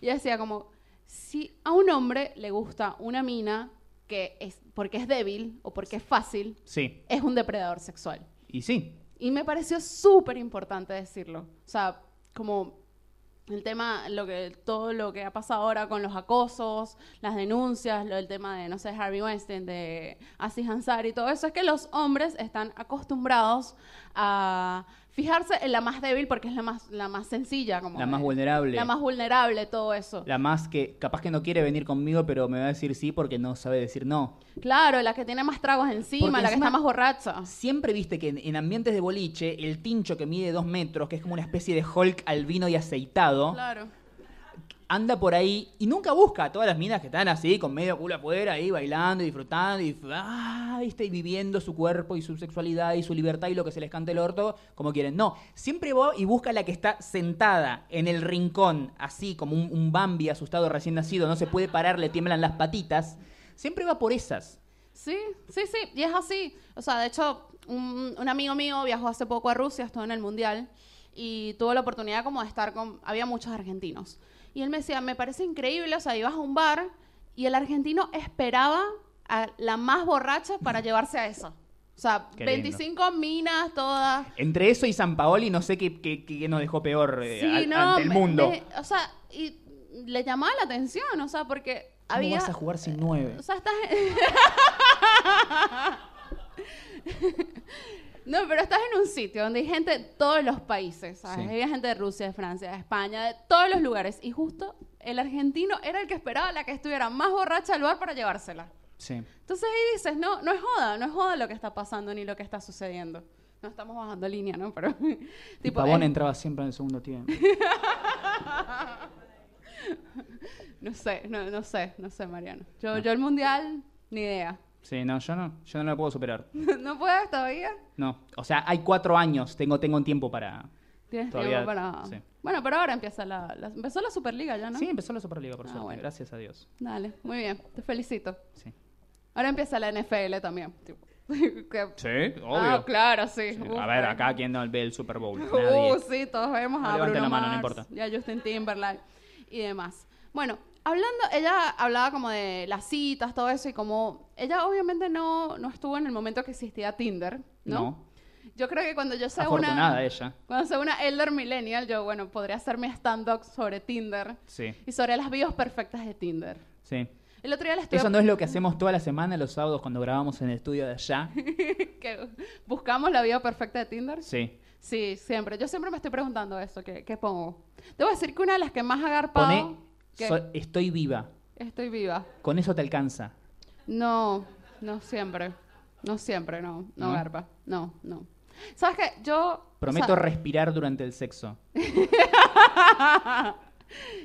S1: Y decía como, si a un hombre le gusta una mina que es porque es débil o porque es fácil,
S2: Sí,
S1: es un depredador sexual.
S2: y sí.
S1: Y me pareció súper importante decirlo. O sea, como el tema, lo que, todo lo que ha pasado ahora con los acosos, las denuncias, lo, el tema de, no sé, Harvey Weinstein, de Aziz Ansari y todo eso, es que los hombres están acostumbrados a fijarse en la más débil porque es la más, la más sencilla. Como
S2: La más
S1: de-
S2: vulnerable.
S1: La más vulnerable, todo eso.
S2: La más que capaz que no quiere venir conmigo, pero me va a decir sí porque no sabe decir no.
S1: Claro, la que tiene más tragos encima,
S2: Porque
S1: la que
S2: encima-
S1: está más borracha.
S2: Siempre viste que en, en ambientes de boliche, el tincho que mide dos metros, que es como una especie de Hulk albino y aceitado,
S1: Claro.
S2: anda por ahí y nunca busca a todas las minas que están así, con medio culo afuera, ahí bailando, y disfrutando, y, ah, ¿viste? y viviendo su cuerpo y su sexualidad y su libertad y lo que se les cante el orto, como quieren. No, siempre va y busca a la que está sentada en el rincón, así como un, un Bambi asustado recién nacido, no se puede parar, le tiemblan las patitas. Siempre va por esas.
S1: Sí, sí, sí, y es así. O sea, de hecho, un, un amigo mío viajó hace poco a Rusia, estuvo en el Mundial, y tuvo la oportunidad como de estar con, había muchos argentinos. Y él me decía, me parece increíble, o sea, ibas a un bar y el argentino esperaba a la más borracha para llevarse a esa. O sea,
S2: Qué lindo.
S1: 25 minas todas.
S2: Entre eso y San Paoli, no sé qué, qué- qué nos dejó peor eh,
S1: Sí,
S2: al-
S1: no,
S2: ante el
S1: me-
S2: mundo.
S1: me- o sea, y le llamaba la atención, o sea, porque había... Eh,
S2: ¿Cómo vas a jugar sin nueve?
S1: O sea, estás. no, pero estás en un sitio donde hay gente de todos los países, ¿sabes?
S2: Sí.
S1: Había gente de Rusia, de Francia, de España, de todos los lugares. Y justo el argentino era el que esperaba la que estuviera más borracha al bar para llevársela.
S2: Sí.
S1: Entonces ahí dices, no, no es joda, no es joda lo que está pasando ni lo que está sucediendo. No estamos bajando línea, ¿no? Pero.
S2: Y
S1: tipo,
S2: Pavón
S1: es-
S2: entraba siempre en el segundo tiempo.
S1: no sé, no, no sé, no sé, Mariano. Yo, yo el mundial, ni idea.
S2: Sí, no, yo no, yo no lo puedo superar.
S1: ¿No puedes todavía?
S2: No, o sea, hay cuatro años, tengo, tengo un tiempo para...
S1: Tienes
S2: Todavía,
S1: tiempo para.
S2: sí.
S1: Bueno, pero ahora empieza la, la- Empezó la Superliga ya, ¿no?
S2: Sí, empezó la Superliga, por
S1: Ah,
S2: suerte,
S1: bueno.
S2: gracias a Dios.
S1: Dale, muy bien. Te felicito.
S2: Sí,
S1: Ahora empieza la NFL también. tipo. Que- Ah, claro, sí.
S2: Sí,
S1: Uf,
S2: A ver,
S1: bueno.
S2: acá, ¿quién no ve el Super Bowl? Nadie.
S1: Uh, sí, todos vemos
S2: No
S1: a
S2: levanten
S1: Bruno
S2: la mano, no
S1: Mars
S2: importa.
S1: y a Justin Timberlake y demás. Bueno, hablando, ella hablaba como de las citas, todo eso, y como ella obviamente no, no estuvo en el momento que existía Tinder, ¿no?
S2: No.
S1: Yo creo que cuando yo sea
S2: Afortunada
S1: una...
S2: ella.
S1: Cuando sea una elder millennial, yo, bueno, podría hacerme stand-up sobre Tinder
S2: Sí,
S1: y sobre las bios perfectas de Tinder.
S2: sí.
S1: El otro día la estuve...
S2: Eso no es lo que hacemos toda la semana los sábados cuando grabamos en el estudio de allá.
S1: que buscamos la bio perfecta de Tinder.
S2: Sí.
S1: Sí, siempre. Yo siempre me estoy preguntando eso, ¿qué, qué pongo? Debo decir que una de las que más agarpado...
S2: Pone,
S1: que
S2: "So- estoy viva.
S1: Estoy viva.
S2: Con eso te alcanza.
S1: No, no siempre. No siempre, no. No,
S2: ¿No?
S1: garpa. No, no. ¿Sabes qué? Yo... o
S2: Prometo
S1: sea,
S2: respirar durante el sexo.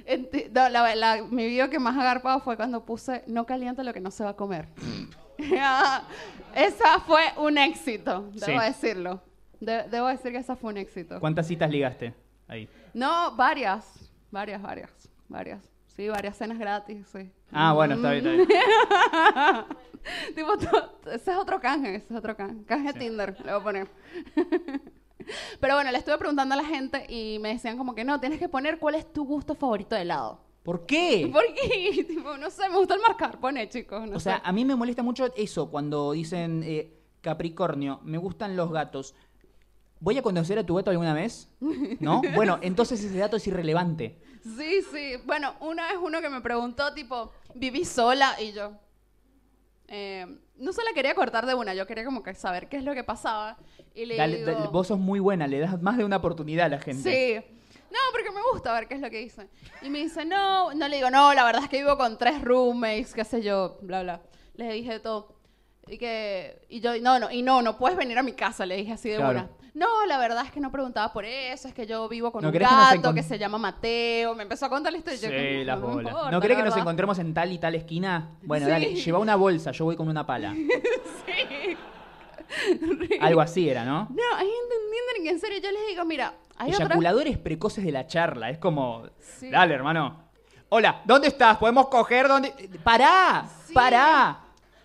S1: Enti- no, la- la- mi video que más agarpado fue cuando puse no calienta lo que no se va a comer. Ah, esa fue un éxito, debo
S2: Mm. Sí.
S1: decirlo. De- debo decir que esa fue un éxito.
S2: ¿Cuántas citas ligaste ahí?
S1: No, varias, varias, varias, varias. Sí, varias cenas gratis, sí.
S2: Ah, bueno, está bien. está bien.
S1: Tipo, to- ese es otro canje, ese es otro canje. Canje
S2: Sí.
S1: Tinder, le voy a poner. Pero bueno, le estuve preguntando a la gente y me decían como que no, tienes que poner cuál es tu gusto favorito de helado.
S2: ¿Por qué?
S1: Porque, tipo, no sé, me gusta el marcar, pone chicos. No
S2: O sea,
S1: sé.
S2: a mí me molesta mucho eso cuando dicen eh, Capricornio, me gustan los gatos. ¿Voy a conocer a tu gato alguna vez? ¿No? Bueno, entonces ese dato es irrelevante.
S1: Sí, sí. Bueno, una vez uno que me preguntó, tipo, viví sola y yo. eh, no se la quería cortar de una, yo quería como que saber qué es lo que pasaba. Y le
S2: Dale,
S1: digo,
S2: dale, vos sos muy buena, le das más de una oportunidad a la gente.
S1: Sí. No, porque me gusta ver qué es lo que dice. Y me dice, no, no le digo, no, la verdad es que vivo con tres roommates, qué sé yo, bla, bla. Le dije todo. Y que, y yo, no, no, y no, no puedes venir a mi casa, le dije así de
S2: Claro.
S1: una. No, la verdad es que no preguntaba por eso, es que yo vivo con
S2: ¿No
S1: un
S2: querés que nos
S1: gato que,
S2: encon-
S1: se llama Mateo. Me empezó a contar la historia. y yo,
S2: Sí, la
S1: no me
S2: bola.
S1: importa,
S2: ¿No crees
S1: la
S2: que nos
S1: verdad.
S2: encontremos en tal y tal esquina? Bueno,
S1: Sí.
S2: dale, lleva una bolsa, yo voy con una pala. Algo así era, ¿no?
S1: No, hay gente entienden que en serio yo les digo, mira, hay otra...
S2: Eyaculadores precoces de la charla, es como,
S1: Sí.
S2: dale, hermano. Hola, ¿dónde estás? ¿Podemos coger? ¿Dónde? ¡Pará!
S1: Sí.
S2: ¡Pará!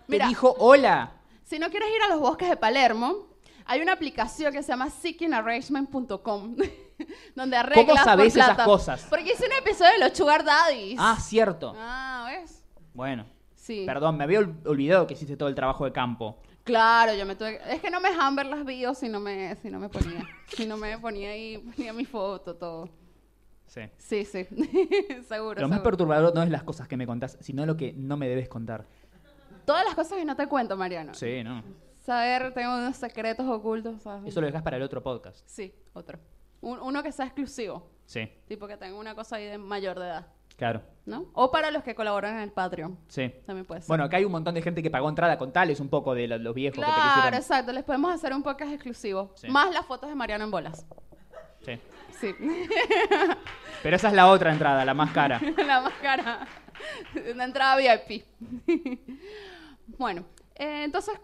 S1: Mira.
S2: Te dijo hola.
S1: Si no quieres ir a los bosques de Palermo, hay una aplicación que se llama seekingarrangement.com donde arreglas
S2: ¿Cómo sabés
S1: por
S2: esas
S1: plata.
S2: cosas?
S1: Porque hice un episodio de los Sugar Daddies.
S2: Ah, cierto.
S1: Ah, ¿ves?
S2: Bueno,
S1: Sí.
S2: perdón, me había ol- olvidado que hiciste todo el trabajo de campo.
S1: Claro, yo me tuve que- Es que no me dejaban ver las videos si no me, si no me ponía. si no me ponía ahí, ponía mi foto, todo.
S2: Sí.
S1: Sí, sí. seguro,
S2: Lo más
S1: seguro.
S2: perturbador no es las cosas que me contás, sino lo que no me debes contar.
S1: Todas las cosas que no te cuento, Mariano.
S2: Sí, no.
S1: Saber, tengo unos secretos ocultos. ¿sabes?
S2: Eso lo dejas para el otro podcast.
S1: Sí, otro. Un- uno que sea exclusivo.
S2: Sí,
S1: Tipo que tenga una cosa ahí de mayor de edad.
S2: claro.
S1: ¿no? O para los que colaboran en el Patreon.
S2: Sí.
S1: También puede ser.
S2: Bueno, acá hay un montón de gente que pagó entrada con tales, un poco de lo- los viejos
S1: claro,
S2: que te quisieron.
S1: exacto. Les podemos hacer un podcast exclusivo.
S2: Sí.
S1: Más las fotos de Mariano en bolas.
S2: Sí.
S1: Sí.
S2: Pero esa es la otra entrada, la más cara.
S1: la máscara. Una entrada VIP. bueno, eh, entonces,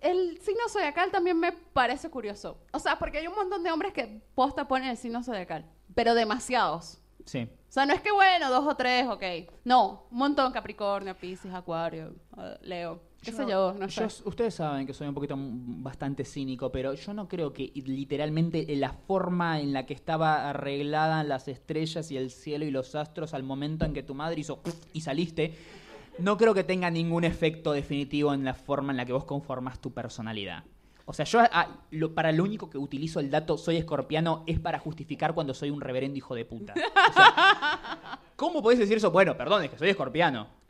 S1: el signo zodiacal también me parece curioso. O sea, porque hay un montón de hombres que posta ponen el signo zodiacal, pero demasiados.
S2: Sí.
S1: O sea, no es que bueno, dos o tres, ok. No, un montón. Capricornio, Pisces, Acuario, eh, Leo. ¿Qué sé yo? No sé.
S2: ustedes saben que soy un poquito mm, bastante cínico, pero yo no creo que literalmente la forma en la que estaba arreglada las estrellas y el cielo y los astros al momento en que tu madre hizo y saliste, no creo que tenga ningún efecto definitivo en la forma en la que vos conformas tu personalidad. O sea, yo ah, lo- para lo único que utilizo el dato soy escorpiano es para justificar cuando soy un reverendo hijo de puta. O sea, ¿Cómo podés decir eso? Bueno, perdón, es que soy escorpiano.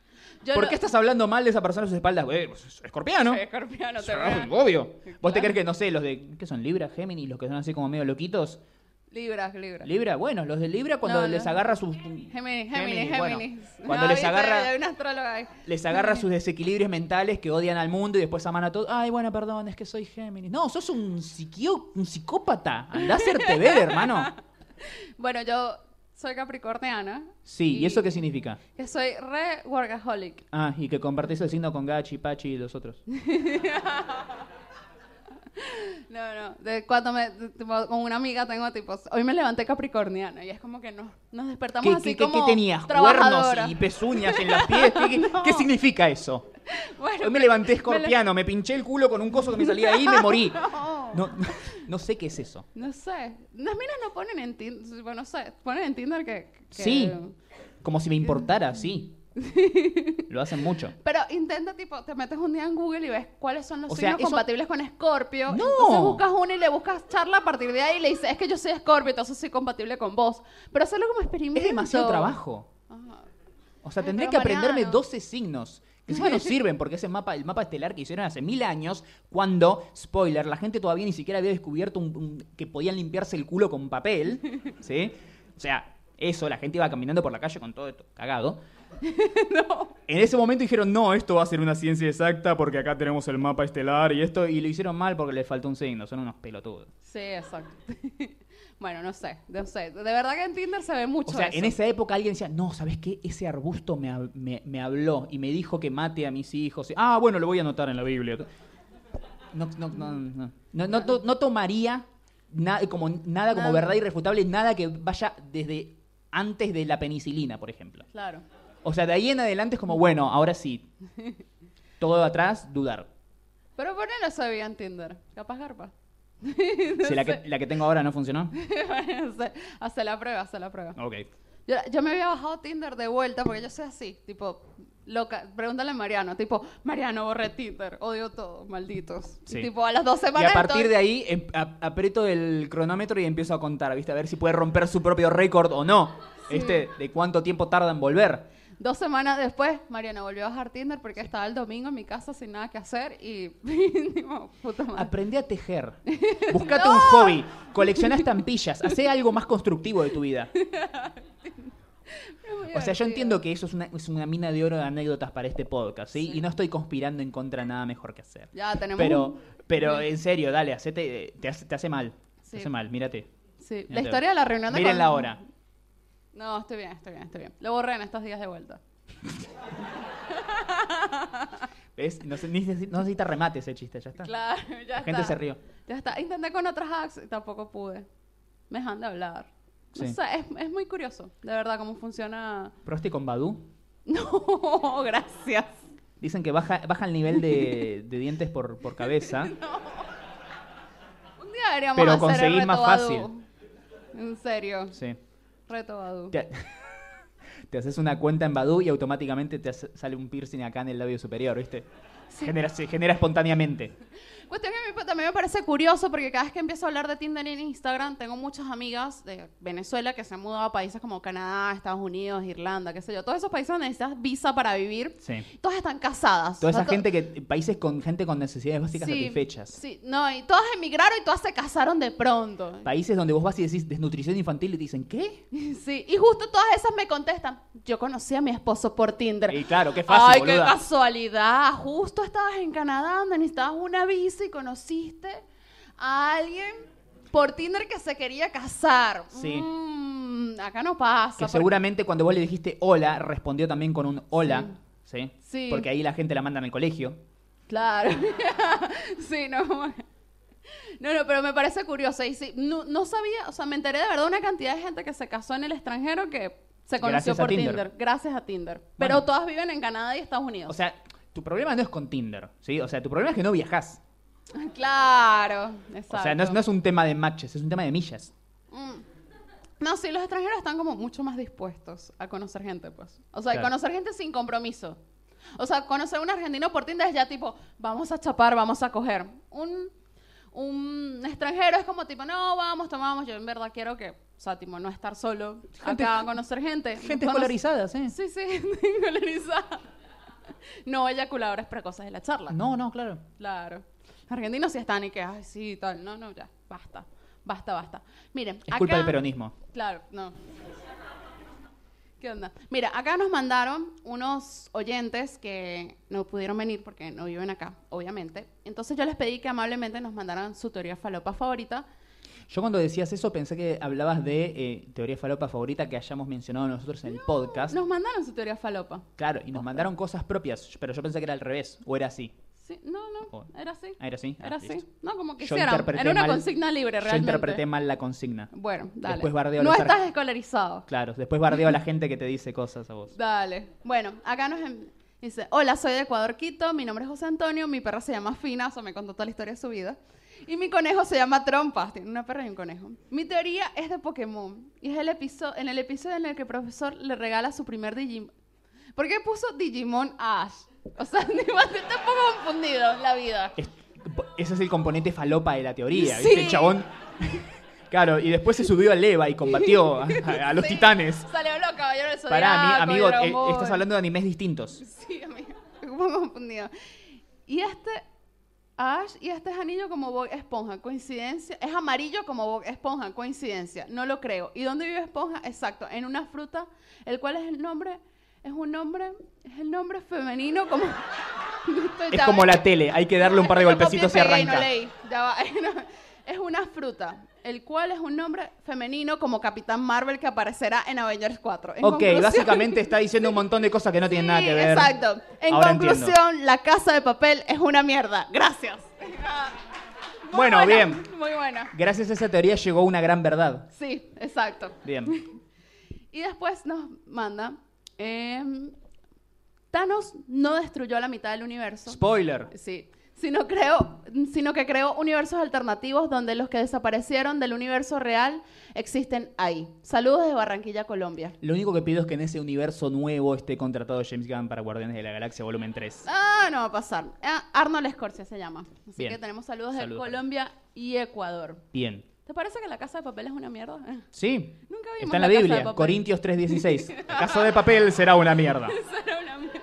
S1: Yo
S2: ¿Por
S1: lo-
S2: qué estás hablando mal de esa persona a sus espaldas? Güey, pues, es escorpiano.
S1: Soy escorpiano, te
S2: Ah,
S1: veo.
S2: Obvio. ¿Vos te
S1: Claro.
S2: crees que, no sé, los de. ¿Qué son? ¿Libra, Géminis? Los que son así como medio loquitos.
S1: Libras, libras.
S2: Libra, bueno, los de Libra cuando
S1: No, no.
S2: les agarra sus.
S1: Géminis,
S2: Géminis,
S1: Géminis,
S2: bueno.
S1: Géminis.
S2: Cuando
S1: No, Mm.
S2: les
S1: viste,
S2: agarra-
S1: Hay una astróloga ahí.
S2: Les agarra sus desequilibrios mentales que odian al mundo y después aman a todos. Ay, bueno, perdón, es que soy Géminis. No, sos un, psiquio, un psicópata. Andá a hacerte ver, hermano.
S1: Bueno, yo soy capricorniana.
S2: Sí, ¿y eso qué significa?
S1: Que soy re workaholic.
S2: Ah, y que compartís el signo con Gachi, Pachi y los otros.
S1: No, no. De cuando me, de- tipo, con una amiga tengo tipo, hoy me levanté capricorniana y es como que no, nos despertamos
S2: ¿Qué,
S1: así
S2: qué- qué- qué
S1: como
S2: tenías? ¿Cuernos
S1: trabajadora.
S2: y pezuñas en los pies? ¿Qué- qué-
S1: No.
S2: ¿Qué significa eso?
S1: Bueno,
S2: Hoy me levanté escorpiano, me pinché el culo con un coso que me salía ahí y me morí.
S1: No.
S2: No, no sé qué es eso.
S1: no sé. Las minas no ponen en Tinder, bueno, no sé, ponen en Tinder que, que-
S2: Sí, como si me importara, sí. Lo hacen mucho.
S1: Pero intenta, tipo, te metes un día en Google y ves cuáles son los
S2: O sea,
S1: signos
S2: eso-
S1: compatibles con Scorpio.
S2: ¡No!
S1: Entonces buscas uno y le buscas charla a partir de ahí y le dices, es que yo soy Scorpio, entonces soy compatible con vos. Pero hacerlo como experimento.
S2: Es demasiado trabajo.
S1: Ajá.
S2: O sea,
S1: Ay,
S2: tendré
S1: pero
S2: que aprenderme
S1: Mariano.
S2: 12 signos. Que encima no sirven porque ese mapa, el mapa estelar que hicieron hace mil años, cuando, spoiler, la gente todavía ni siquiera había descubierto un- un- que podían limpiarse el culo con papel, ¿sí? O sea, eso, la gente iba caminando por la calle con todo esto cagado. En ese momento dijeron, no, esto va a ser una ciencia exacta porque acá tenemos el mapa estelar y esto, y lo hicieron mal porque les faltó un signo, son unos pelotudos.
S1: Sí, exacto. bueno, no sé, no sé. De verdad que en Tinder se ve mucho
S2: O sea,
S1: eso.
S2: en esa época alguien decía, no, ¿sabes qué? Ese arbusto me, hab- me- me habló y me dijo que mate a mis hijos. Ah, bueno, lo voy a anotar en la Biblia. No, no, no, no. No, no to- no tomaría na- como, nada como
S1: Nada.
S2: verdad irrefutable, nada que vaya desde antes de la penicilina, por ejemplo.
S1: Claro.
S2: O sea, de ahí en adelante es como, bueno, ahora sí. Todo atrás, dudar.
S1: Pero ponelo eso había en Tinder. Capaz garpa.
S2: Si la, que, la que tengo ahora no funcionó.
S1: Bueno, no sé. Hace la prueba, hace la prueba.
S2: Ok.
S1: Yo, yo me había bajado Tinder de vuelta porque yo soy así, tipo, loca. Pregúntale a Mariano, tipo, Mariano, borré Tinder, odio todo, malditos. Y
S2: Sí.
S1: tipo, a las dos
S2: Y
S1: semanas.
S2: a partir
S1: estoy-
S2: de ahí em- a- aprieto el cronómetro y empiezo a contar, ¿viste? A ver si puede romper su propio récord o no. Este, de cuánto tiempo tarda en volver.
S1: Dos semanas después, Mariano volvió a bajar Tinder porque estaba el domingo en mi casa sin nada que hacer y. tipo, puta madre.
S2: Aprende a tejer. Buscate un hobby. Colecciona estampillas. Hacé algo más constructivo de tu vida.
S1: Es muy
S2: O sea, yo
S1: divertido.
S2: entiendo que eso es una, es una mina de oro de anécdotas para este podcast, ¿sí?
S1: Sí.
S2: Y no estoy conspirando en contra de nada mejor que hacer.
S1: Ya tenemos.
S2: Pero,
S1: un-
S2: pero en serio, dale, hacete, eh, te, hace, te hace mal.
S1: Sí.
S2: Te hace mal, mírate.
S1: Sí, la
S2: Mírate.
S1: historia de la reunión de.
S2: Miren la
S1: con-
S2: hora.
S1: No, estoy bien, estoy bien, estoy bien. Lo borré en estos días de vuelta.
S2: ¿Ves? No, se- ni se- no necesita remate ese chiste, ya está.
S1: Claro, ya
S2: Ah. La gente
S1: está.
S2: se rió.
S1: Ya está. Intenté con otras apps y tampoco pude. Me dejan de hablar. No
S2: Sí.
S1: sé, es, es muy curioso, de verdad, cómo funciona.
S2: ¿Probaste con Badu?
S1: No, gracias.
S2: Dicen que baja, baja el nivel de, de dientes por, por cabeza.
S1: Un día deberíamos
S2: Pero
S1: hacer el
S2: conseguís
S1: reto
S2: más
S1: Badoo.
S2: fácil.
S1: En serio,
S2: Sí.
S1: reto Badoo.
S2: Te, te haces una cuenta en Badu y automáticamente te hace- sale un piercing acá en el labio superior, ¿viste? Genera, se genera espontáneamente.
S1: Cuestión que a mí pa- también me parece curioso porque cada vez que empiezo a hablar de Tinder en Instagram, tengo muchas amigas de Venezuela que se han mudado a países como Canadá, Estados Unidos, Irlanda, qué sé yo. Todos esos países donde necesitas visa para vivir.
S2: Sí.
S1: Todas están casadas.
S2: Toda
S1: O sea,
S2: esa
S1: to-
S2: gente que. Países con gente con necesidades básicas satisfechas.
S1: Sí, no, y todas emigraron y todas se casaron de pronto.
S2: Países donde vos vas y decís desnutrición infantil y te dicen, ¿qué?
S1: Sí, y justo todas esas me contestan, yo conocí a mi esposo por Tinder.
S2: Y claro, qué
S1: Ay,
S2: fácil,
S1: qué
S2: boluda.
S1: casualidad. Justo estabas en Canadá donde necesitabas una visa y conociste a alguien por Tinder que se quería casar.
S2: Sí.
S1: Mm, acá no pasa.
S2: Que
S1: porque-
S2: seguramente cuando vos le dijiste hola, respondió también con un hola. Sí.
S1: Sí.
S2: Porque ahí la gente la mandan al colegio.
S1: Claro. sí, no. No, no, pero me parece curioso. Y sí, no, no sabía, o sea, me enteré de verdad una cantidad de gente que se casó en el extranjero que se conoció
S2: Gracias a
S1: por Tinder.
S2: Tinder.
S1: gracias a Tinder. Pero
S2: Bueno.
S1: todas viven en Canadá y Estados Unidos.
S2: O sea, tu problema no es con Tinder, ¿sí? O sea, tu problema es que no viajás.
S1: claro, exacto.
S2: O sea, no es, no es un tema de matches, es un tema de millas.
S1: Mm. No, sí, los extranjeros están como mucho más dispuestos a conocer gente, pues. O sea, y
S2: Claro.
S1: conocer gente sin compromiso. O sea, conocer a un argentino por Tinder es ya tipo, vamos a chapar, vamos a coger. Un, un extranjero es como tipo, no, vamos, tomamos. Yo en verdad quiero que, o sea, tipo, no estar solo
S2: Gente-
S1: acá, conocer gente.
S2: Gente
S1: Conoc-
S2: escolarizada, ¿sí?
S1: Sí, sí, gente escolarizada. No eyaculadores precoces de la charla.
S2: No, no, claro.
S1: Claro. Los argentinos sí están y que, ay, sí, tal. No, no, ya, basta. Basta, basta. Miren,
S2: Es culpa
S1: acá-
S2: del peronismo.
S1: Claro, no. ¿Qué onda? Mira, acá nos mandaron unos oyentes que no pudieron venir porque no viven acá, obviamente. Entonces yo les pedí que amablemente nos mandaran su teoría falopa favorita.
S2: Yo cuando decías eso pensé que hablabas de eh, teoría falopa favorita que hayamos mencionado nosotros en el podcast.
S1: Nos mandaron su teoría falopa.
S2: Claro, y nos mandaron cosas propias, pero yo pensé que era al revés, o era así.
S1: Sí, no,
S2: Oh.
S1: no, era así.
S2: Ah, era así. Ah,
S1: Era así.
S2: listo.
S1: No, como
S2: Yo
S1: quisieran.
S2: interpreté
S1: Era una
S2: mal-
S1: consigna libre,
S2: Yo
S1: realmente.
S2: interpreté mal la consigna.
S1: Bueno, dale.
S2: Después bardeo a
S1: no
S2: los
S1: estás
S2: ar-
S1: escolarizado.
S2: Claro, después bardeo a la gente que te dice cosas a vos.
S1: Dale. Bueno, acá nos en- dice, hola, soy de Ecuador, Quito, mi nombre es José Antonio, mi perra se llama Fina, o sea, me contó toda la historia de su vida. Y mi conejo se llama Trompas, tiene una perra y un conejo. Mi teoría es de Pokémon, y es el episodio, en el episodio en el que el profesor le regala su primer Digimon. ¿Por qué puso Digimon a Ash? O sea, ni más, está un poco confundido la vida.
S2: Es- ese es el componente falopa de la teoría,
S1: Sí.
S2: ¿viste? El chabón. Claro, y después se subió a Leva y combatió a, a- a los
S1: Sí.
S2: titanes.
S1: Salió los caballeros del Zodiaco.
S2: Pará, ami- amigo,
S1: Dragon
S2: eh,
S1: Ball.
S2: estás hablando de animes distintos.
S1: Sí, amigo. Un poco confundido. Y este Ash y este es anillo como Bob Esponja. Coincidencia. Es amarillo como Bob Esponja. Coincidencia. No lo creo. ¿Y dónde vive Esponja? Exacto. En una fruta. ¿El cual es el nombre? Es un nombre. Es el nombre femenino como. Estoy
S2: Es
S1: ya-
S2: como la tele, hay que darle un par de
S1: Yo copié y
S2: golpecitos y
S1: pegué y
S2: arranca.
S1: no leí. Ya va. Es una fruta, el cual es un nombre femenino como Capitán Marvel que aparecerá en Avengers 4. En
S2: Ok,
S1: conclusión-
S2: básicamente está diciendo un montón de cosas que no tienen nada
S1: Sí,
S2: que ver.
S1: Exacto. En
S2: Ahora
S1: conclusión,
S2: entiendo.
S1: la casa de papel es una mierda. Gracias. Muy
S2: Bueno,
S1: buena,
S2: bien.
S1: Muy buena.
S2: Gracias a esa teoría llegó una gran verdad.
S1: Sí, exacto.
S2: Bien.
S1: Y después nos manda. em, Thanos no destruyó la mitad del universo.
S2: Spoiler.
S1: Sí. Sino, creo, sino que creó universos alternativos donde los que desaparecieron del universo real existen ahí. Saludos de Barranquilla, Colombia.
S2: Lo único que pido es que en ese universo nuevo esté contratado James Gunn para Guardianes de la Galaxia Volumen 3.
S1: Ah, no va a pasar. Ah, Arnold Scorsese se llama. Así
S2: Bien.
S1: que tenemos saludos de
S2: Saludos.
S1: Colombia y Ecuador.
S2: Bien.
S1: ¿Te parece que la casa de papel es una mierda? Eh,
S2: Sí.
S1: Nunca vimos
S2: Está en
S1: Casa
S2: la,
S1: de
S2: Biblia,
S1: Papel.
S2: Corintios 3.16. La casa de papel será una mierda.
S1: Será una mierda.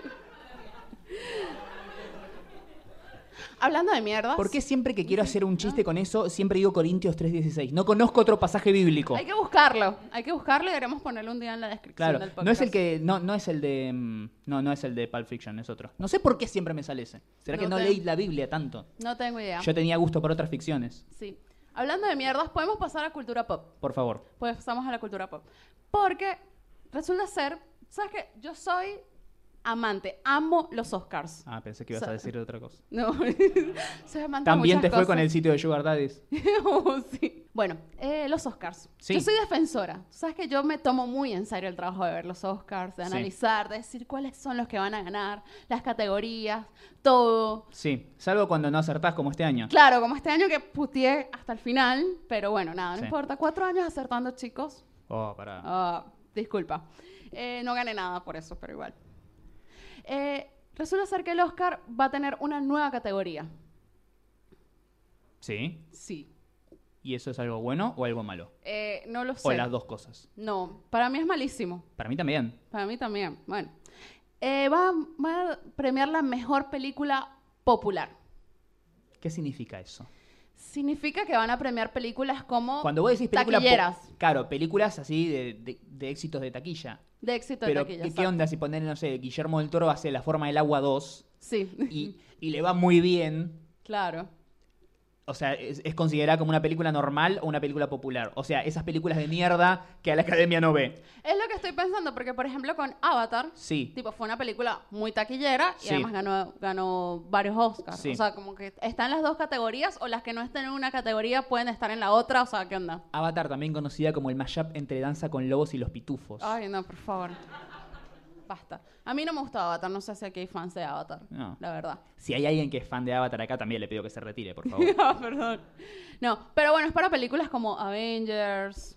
S1: Hablando de mierdas.
S2: ¿Por qué siempre que quiero hacer un chiste con eso, siempre digo Corintios 3.16? No conozco otro pasaje bíblico.
S1: Hay que buscarlo. Hay que buscarlo y deberemos ponerlo un día en la descripción
S2: Claro,
S1: del podcast.
S2: no es el que no no es el de mm, no no es el de Pulp Fiction, es otro. No sé por qué siempre me sale ese. ¿Será que
S1: No
S2: no
S1: te-
S2: leí la Biblia tanto?
S1: No tengo idea.
S2: Yo tenía gusto por otras ficciones.
S1: Sí. Hablando de mierdas, podemos pasar a cultura pop.
S2: Por favor.
S1: Pues pasamos a la cultura pop. Porque resulta ser, ¿sabes qué? Yo soy amante, amo los Oscars.
S2: Ah, pensé que ibas a
S1: Sa-
S2: decir otra cosa.
S1: No, soy amante de
S2: También
S1: muchas
S2: te fue con
S1: cosas.
S2: el sitio de Sugar Daddies.
S1: Oh, sí. Bueno, eh, los Oscars.
S2: Sí.
S1: Yo soy defensora. Tú sabes que yo me tomo muy en serio el trabajo de ver los Oscars, de
S2: Sí.
S1: analizar, de decir cuáles son los que van a ganar, las categorías, todo.
S2: Sí, salvo cuando no acertás como este año.
S1: Claro, como este año que puteé hasta el final, pero bueno, nada, no
S2: Sí.
S1: importa. Cuatro años acertando, chicos.
S2: Oh, pará.
S1: Ah, disculpa. Eh, no gané nada por eso, pero igual. Eh, resulta ser que el Oscar va a tener una nueva categoría.
S2: Sí.
S1: Sí.
S2: ¿Y eso es algo bueno o algo malo?
S1: Eh, no lo sé.
S2: O las dos cosas.
S1: No, para mí es malísimo.
S2: Para mí también.
S1: Para mí también. Bueno. Eh, va, va a premiar la mejor película popular.
S2: ¿Qué significa eso?
S1: Significa que van a premiar películas como
S2: Cuando vos decís películas.
S1: taquilleras
S2: Claro, películas así de, de- de éxitos de taquilla.
S1: de éxito de
S2: Pero,
S1: taquilla,
S2: ¿qué, qué
S1: exacto.
S2: onda si ponen, no sé, Guillermo del Toro hace La Forma del Agua 2
S1: Sí,
S2: y, y le va muy bien?
S1: claro.
S2: o sea, es, es considerada como una película normal o una película popular. O sea, esas películas de mierda que a la academia no ve.
S1: Es lo que estoy pensando, porque por ejemplo con Avatar,
S2: Sí.
S1: tipo, fue una película muy taquillera y
S2: Sí.
S1: además ganó, ganó varios Oscars.
S2: Sí.
S1: O sea, como que están las dos categorías o las que no estén en una categoría pueden estar en la otra. O sea, ¿qué onda?
S2: Avatar, también conocida como el mashup entre Danza con Lobos y Los Pitufos.
S1: Ay, no, por favor. Basta. A mí no me gusta Avatar, no sé si aquí hay fans de Avatar,
S2: No.
S1: la verdad.
S2: Si hay alguien que es fan de Avatar acá, también le pido que se retire, por favor.
S1: Ah, Perdón. No, pero bueno, es para películas como Avengers.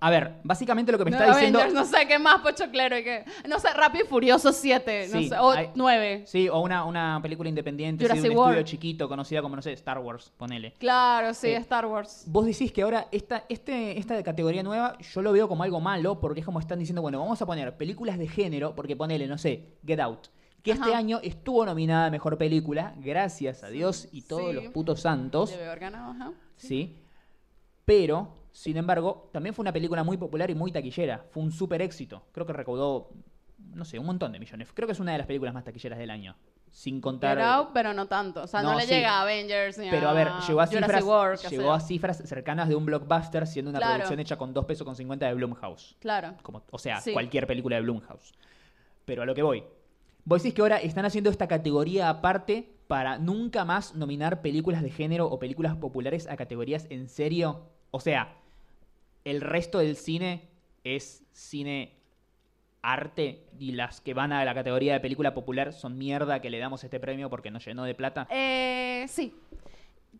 S2: A ver, básicamente lo que me
S1: no,
S2: está diciendo...
S1: Avengers, no sé qué más, Pochoclero y qué. No sé, Rápido y Furioso 7, no
S2: Sí,
S1: sé, o
S2: hay-
S1: 9.
S2: Sí, o una, una película independiente, sí, de
S1: Jurassic
S2: un
S1: World.
S2: estudio chiquito, conocida como, no sé, Star Wars, ponele.
S1: Claro, sí,
S2: Sí.
S1: Star Wars.
S2: Vos decís que ahora esta, este, esta categoría nueva yo lo veo como algo malo porque es como están diciendo, bueno, vamos a poner películas de género, porque ponele, no sé, Get Out, que este
S1: Ajá.
S2: año estuvo nominada a Mejor Película, gracias a Dios y todos
S1: sí.
S2: los putos santos,
S1: Debe haber ganado, ajá.
S2: ¿sí? Pero, sin embargo, también fue una película muy popular y muy taquillera, fue un super éxito, creo que recaudó, no sé, un montón de millones, creo que es una de las películas más taquilleras del año, sin contar...
S1: Get Out, pero no tanto. O sea, no,
S2: No,
S1: le
S2: sí.
S1: llega a Avengers ni
S2: Pero a ver, llegó a
S1: Ah, Jurassic
S2: cifras,
S1: World, qué sé
S2: llegó
S1: yo.
S2: a cifras cercanas de un blockbuster siendo una
S1: Claro.
S2: producción hecha con 2 pesos con 50 de Blumhouse.
S1: Claro.
S2: Como, o sea,
S1: Sí.
S2: cualquier película de Blumhouse. Pero a lo que voy. Vos decís que ahora están haciendo esta categoría aparte para nunca más nominar películas de género o películas populares a categorías en serio. O sea, el resto del cine es cine arte y las que van a la categoría de película popular son mierda que le damos este premio porque nos llenó de plata.
S1: Eh, sí.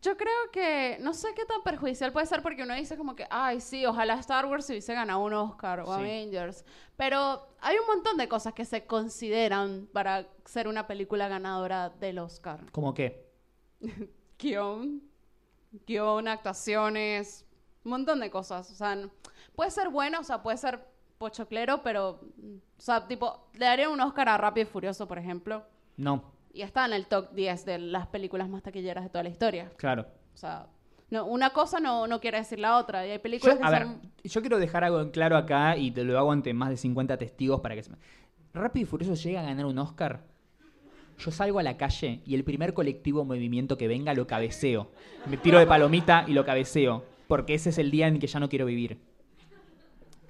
S1: Yo creo que no sé qué tan perjudicial puede ser porque uno dice como que, ay, sí, ojalá Star Wars se hubiese ganado un Oscar o
S2: Sí.
S1: Avengers. Pero hay un montón de cosas que se consideran para ser una película ganadora del Oscar.
S2: Como que
S1: Guión, guión, actuaciones, un montón de cosas. O sea, n- puede ser bueno, o sea, puede ser pochoclero, pero, mm, o sea, tipo, le daría un Oscar a Rápido y Furioso, por ejemplo.
S2: No,
S1: Y está en el top 10 de las películas más taquilleras de toda la historia.
S2: claro.
S1: O sea, no, una cosa no, no quiere decir la otra. Y hay
S2: Yo,
S1: películas que
S2: a ver,
S1: son...
S2: yo quiero dejar algo en claro acá y te lo hago ante más de 50 testigos para que se me... Rápido y Furioso llega a ganar un Oscar. Yo salgo a la calle y el primer colectivo o movimiento que venga lo cabeceo. Me tiro de palomita y lo cabeceo. Porque ese es el día en que ya no quiero vivir.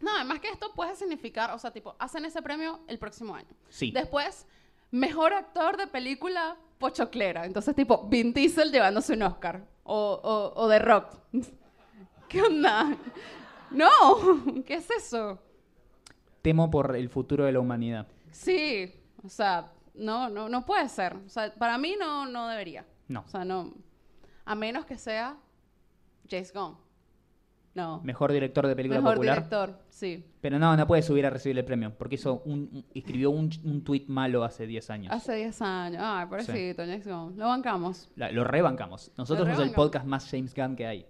S1: No, además que esto puede significar, o sea, tipo, hacen ese premio el próximo año.
S2: Sí.
S1: Después, mejor actor de película pochoclera. Entonces, tipo, Vin Diesel llevándose un Oscar. O, o, o The Rock. ¿Qué onda? No, ¿qué es eso?
S2: Temo por el futuro de la humanidad.
S1: Sí, o sea, no, no, no puede ser. O sea, para mí no, no debería.
S2: No.
S1: O sea, no. A menos que sea James Gunn. No.
S2: Mejor director de película
S1: Mejor
S2: popular.
S1: director, sí.
S2: Pero no, no puede subir a recibir el premio. Porque hizo un, un- escribió un, un tuit malo hace 10 años.
S1: Hace 10 años. Ay, pobrecito, James Gunn. Lo bancamos.
S2: La- lo rebancamos. Nosotros somos el
S1: rebancamos.
S2: podcast más James Gunn que hay.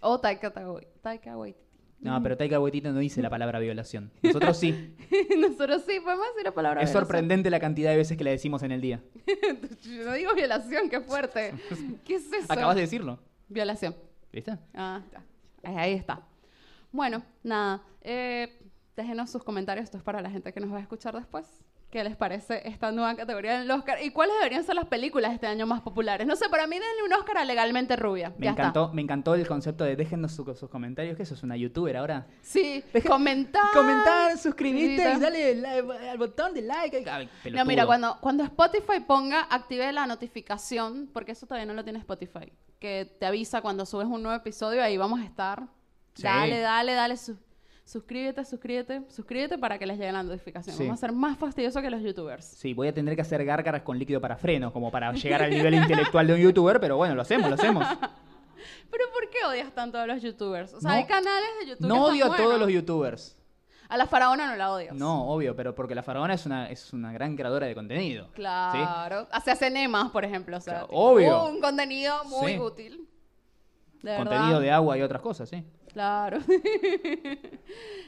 S1: O Taika Taika- Taika Waititi.
S2: No, pero Taika Waititi no dice la palabra violación. Nosotros sí.
S1: Nosotros sí podemos decir la palabra
S2: es
S1: violación.
S2: sorprendente la cantidad de veces que la decimos en el día.
S1: Yo digo violación, qué fuerte. ¿Qué es eso?
S2: Acabas de decirlo.
S1: Violación.
S2: ¿Viste?
S1: Ah, está. Ahí- ahí está. Bueno, nada. eh, déjenos sus comentarios. Esto es para la gente que nos va a escuchar después. ¿Qué les parece esta nueva categoría del Oscar? ¿Y cuáles deberían ser las películas este año más populares? No sé, para mí denle un Oscar a Legalmente Rubia.
S2: Me
S1: ya está.
S2: encantó, me encantó el concepto de déjennos su- sus comentarios, que sos una youtuber ahora.
S1: Sí,
S2: Deje-
S1: comentar.
S2: Comentar, suscribirte
S1: Suscribirte.
S2: y dale la- al botón de like. Ay, pelotudo.
S1: No, mira, cuando, cuando Spotify ponga, active la notificación, porque eso todavía no lo tiene Spotify, que te avisa cuando subes un nuevo episodio, ahí vamos a estar.
S2: Sí.
S1: Dale, dale, dale, sus- suscríbete, suscríbete, suscríbete para que les llegue la notificación.
S2: Sí.
S1: Vamos a ser más fastidiosos que los youtubers.
S2: Sí, voy a tener que hacer gárgaras con líquido para frenos, como para llegar al nivel intelectual de un youtuber, pero bueno, lo hacemos, lo hacemos.
S1: Pero ¿por qué odias tanto a los youtubers? O sea,
S2: No.
S1: hay canales de YouTube.
S2: No
S1: que
S2: odio
S1: están
S2: a todos
S1: buenos.
S2: los youtubers.
S1: A la faraona no la odias.
S2: No, obvio, pero porque la faraona es una, es una gran creadora de contenido. ¿sí?
S1: Claro. Se hacen enemas, por ejemplo. O sea,
S2: Claro, obvio.
S1: Un contenido muy
S2: Sí.
S1: útil. De
S2: Contenido
S1: verdad.
S2: de agua y otras cosas, sí.
S1: Claro.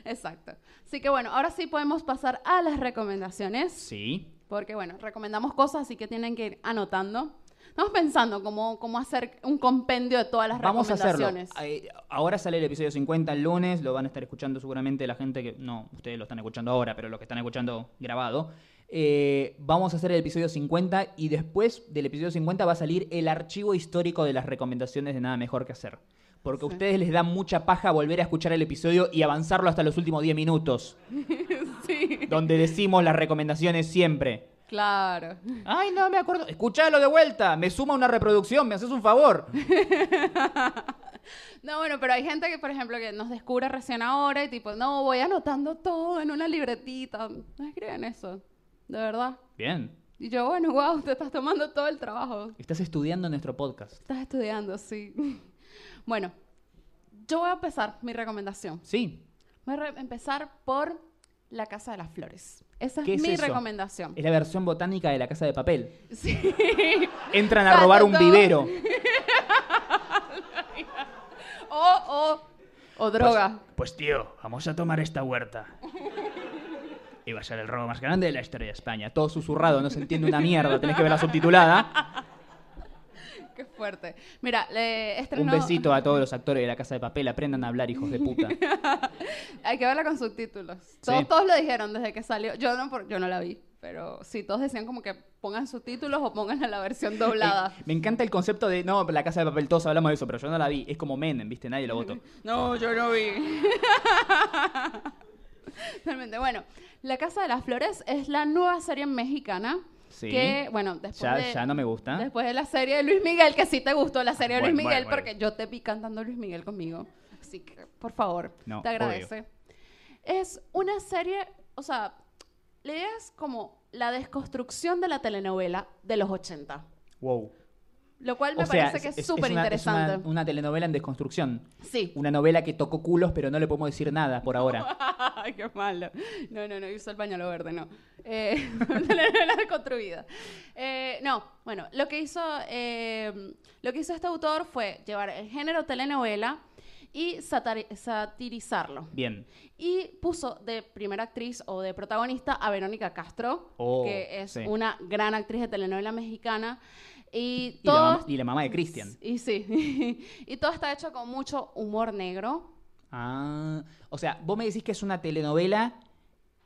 S1: Exacto. Así que bueno, ahora sí podemos pasar a las recomendaciones,
S2: Sí.
S1: porque bueno, recomendamos cosas, así que tienen que ir anotando. Estamos pensando cómo, cómo hacer un compendio de todas las
S2: Vamos a hacerlo.
S1: recomendaciones.
S2: Eh, Ahora sale el episodio 50 el lunes, lo van a estar escuchando seguramente la gente que... No, ustedes lo están escuchando ahora, pero los que están escuchando grabado. Eh, vamos a hacer el episodio 50 y después del episodio 50 va a salir el archivo histórico de las recomendaciones de Nada Mejor que Hacer. Porque a
S1: Sí.
S2: ustedes les da mucha paja volver a escuchar el episodio y avanzarlo hasta los últimos 10 minutos,
S1: sí.
S2: donde decimos las recomendaciones siempre.
S1: Claro.
S2: Ay, no me acuerdo. Escuchalo de vuelta. Me suma una reproducción. Me haces un favor.
S1: No, bueno, pero hay gente que, por ejemplo, que nos descubre recién ahora y tipo, no, voy anotando todo en una libretita. No escriben eso, de verdad.
S2: Bien.
S1: Y yo, bueno, wow, te estás tomando todo el trabajo.
S2: Estás estudiando nuestro podcast.
S1: Estás estudiando, sí. Bueno, yo voy a empezar mi recomendación.
S2: Sí.
S1: Voy a re- empezar por La Casa de las Flores. Esa es,
S2: ¿Qué es
S1: mi
S2: eso? Eh.
S1: recomendación.
S2: Es la versión botánica de la casa de papel.
S1: Sí.
S2: Entran a
S1: Salta
S2: robar un
S1: todo.
S2: vivero.
S1: O, o, o droga.
S2: Pues, pues, tío, vamos a tomar esta huerta. Y va a ser el robo más grande de la historia de España. Todo susurrado, no se entiende una mierda. Tenés que verla subtitulada.
S1: Qué fuerte. Mira, le
S2: Un
S1: estrenó...
S2: besito a todos los actores de la casa de papel. Aprendan a hablar, hijos de puta.
S1: Hay que verla con subtítulos. Todos, todos lo dijeron desde que salió. Yo no, por- yo no la vi, pero sí, todos decían como que pongan subtítulos o pongan la versión doblada.
S2: Eh, me encanta el concepto de, no, la casa de papel, todos hablamos de eso, pero yo no la vi. Es como Menem, ¿viste? Nadie lo votó.
S1: No, yo no vi. Realmente, bueno, La Casa de las Flores es la nueva serie mexicana.
S2: Sí.
S1: Que, bueno, después,
S2: Ya,
S1: de,
S2: ya no me gusta.
S1: después de la serie de Luis Miguel, que sí te gustó la serie de
S2: Bueno,
S1: Luis Miguel,
S2: bueno, bueno.
S1: porque yo te vi cantando Luis Miguel conmigo. Así que, por favor,
S2: No,
S1: te agradece. Es una serie, o sea, la idea es como la desconstrucción de la telenovela de los 80.
S2: Wow.
S1: Lo cual me
S2: O sea,
S1: parece que es súper
S2: una-
S1: interesante.
S2: Una, una telenovela en desconstrucción.
S1: Sí.
S2: Una novela que tocó culos, pero no le podemos decir nada por ahora.
S1: Ay, qué malo. No, no, no, yo uso el pañuelo verde, no. Eh, la reconstruida. Eh, no, bueno, lo que hizo eh, lo que hizo este autor fue llevar el género telenovela y satari- satirizarlo.
S2: Bien.
S1: Y puso de primera actriz o de protagonista a Verónica Castro,
S2: Oh,
S1: que es
S2: sí.
S1: una gran actriz de telenovela mexicana. Y,
S2: Y la,
S1: todo,
S2: mamá, y la mamá de Cristian.
S1: y sí, y todo está hecho con mucho humor negro.
S2: Ah, o sea, vos me decís que es una telenovela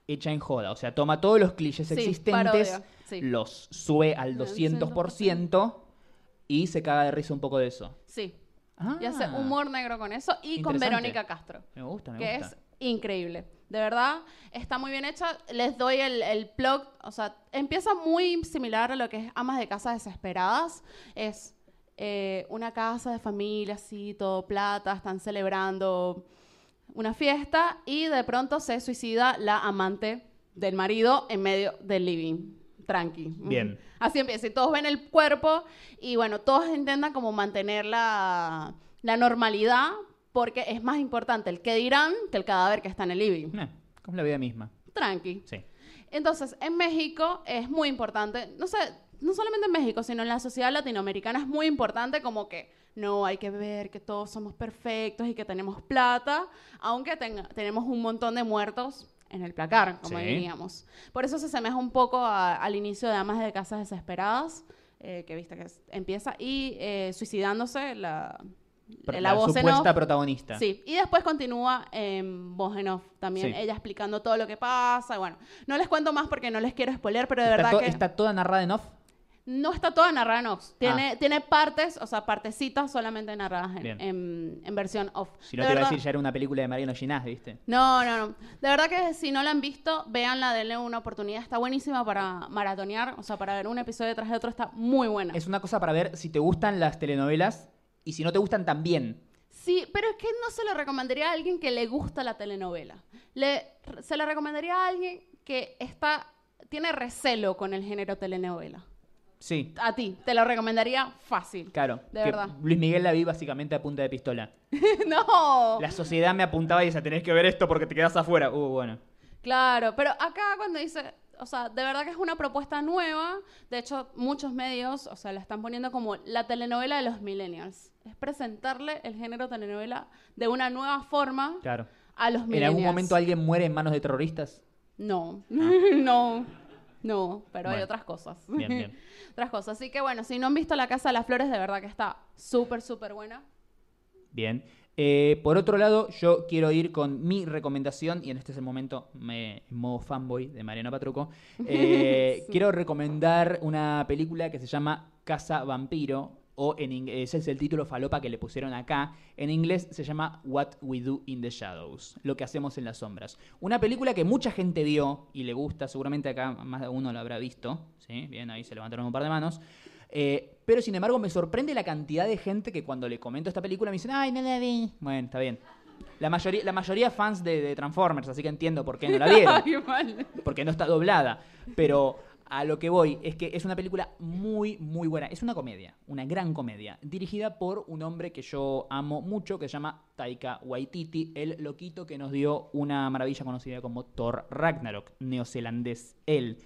S2: hecha en joda. O sea, toma todos los clichés
S1: Sí,
S2: existentes,
S1: parodia, sí.
S2: los sube al
S1: Al
S2: 200% y se caga de risa un poco de eso.
S1: Sí,
S2: Ah,
S1: Y hace humor negro con eso y con
S2: Interesante.
S1: Verónica Castro,
S2: Me gusta, me
S1: que es
S2: gusta.
S1: increíble. De verdad, está muy bien hecha. Les doy el, el plug. O sea, empieza muy similar a lo que es Amas de Casa Desesperadas. Es eh, una casa de familia, así, todo plata, están celebrando una fiesta y de pronto se suicida la amante del marido en medio del living. Tranqui.
S2: Bien.
S1: Así empieza. Y todos ven el cuerpo y bueno, todos intentan como mantener la, la normalidad porque es más importante el que dirán que el cadáver que está en el living.
S2: Eh, como la vida misma.
S1: Tranqui.
S2: Sí.
S1: Entonces, en México es muy importante, no sé, no solamente en México, sino en la sociedad latinoamericana es muy importante como que no hay que ver que todos somos perfectos y que tenemos plata, aunque tenga- tenemos un montón de muertos en el placar, como
S2: Sí.
S1: diríamos. Por eso se asemeja un poco a- al inicio de Amas de Casas Desesperadas, eh, que viste que es- empieza, y eh, suicidándose la,
S2: Pro-
S1: la
S2: la
S1: voz en
S2: supuesta
S1: off.
S2: protagonista.
S1: Sí, y después continúa en voz en off también,
S2: Sí.
S1: ella explicando todo lo que pasa. y Bueno, no les cuento más porque no les quiero spoiler, pero de
S2: está,
S1: verdad
S2: to-
S1: que
S2: está toda narrada en off.
S1: no está toda narrada en off. Tiene, tiene partes, o sea, partecitas solamente narradas
S2: Ah. Bien.
S1: en, en- en versión off.
S2: Si no
S1: De
S2: te iba a
S1: verdad-
S2: decir, ya era una película de Mariano Ginás, ¿viste?
S1: No, no, no. De verdad que si no la han visto, véanla, denle una oportunidad. Está buenísima para maratonear, o sea, para ver un episodio tras de otro, está muy buena.
S2: Es una cosa para ver si te gustan las telenovelas y si no te gustan también.
S1: Sí, pero es que no se lo recomendaría a alguien que le gusta la telenovela. Le, se lo recomendaría a alguien que está, tiene recelo con el género telenovela.
S2: Sí,
S1: A ti, te lo recomendaría fácil.
S2: claro.
S1: De
S2: que
S1: verdad.
S2: Luis Miguel la vi básicamente a punta de pistola.
S1: no.
S2: La sociedad me apuntaba y decía, tenés que ver esto porque te quedas afuera. Uh, bueno.
S1: Claro, pero acá cuando dice, o sea, de verdad que es una propuesta nueva. De hecho, muchos medios, o sea, la están poniendo como la telenovela de los millennials. Es presentarle el género telenovela de una nueva forma
S2: Claro.
S1: a los millennials.
S2: ¿En algún momento alguien muere en manos de terroristas?
S1: No, no, no, pero hay
S2: Ah. Bueno.
S1: otras cosas.
S2: Bien, bien.
S1: otras cosas. Así que bueno, si no han visto La Casa de las Flores, de verdad que está súper, súper buena.
S2: Bien. Eh, por otro lado, yo quiero ir con mi recomendación, y en este es el momento, me, en modo fanboy de Mariano Patruco, eh,
S1: Sí.
S2: quiero recomendar una película que se llama Casa Vampiro, o en inglés, ese es el título falopa que le pusieron acá, en inglés se llama What We Do in the Shadows, lo que hacemos en las sombras. Una película que mucha gente vio y le gusta, seguramente acá más de uno la habrá visto, ¿sí? Bien, ahí se levantaron un par de manos. Eh, pero sin embargo me sorprende la cantidad de gente que cuando le comento esta película me dicen, ay, no la vi. Bueno, está bien. La mayoría, la mayoría fans de, de Transformers, así que entiendo por qué no la
S1: Ay,
S2: vieron
S1: vale.
S2: porque no está doblada. Pero a lo que voy es que es una película muy, muy buena. Es una comedia, una gran comedia, dirigida por un hombre que yo amo mucho, que se llama Taika Waititi, el loquito que nos dio una maravilla conocida como Thor Ragnarok, neozelandés él.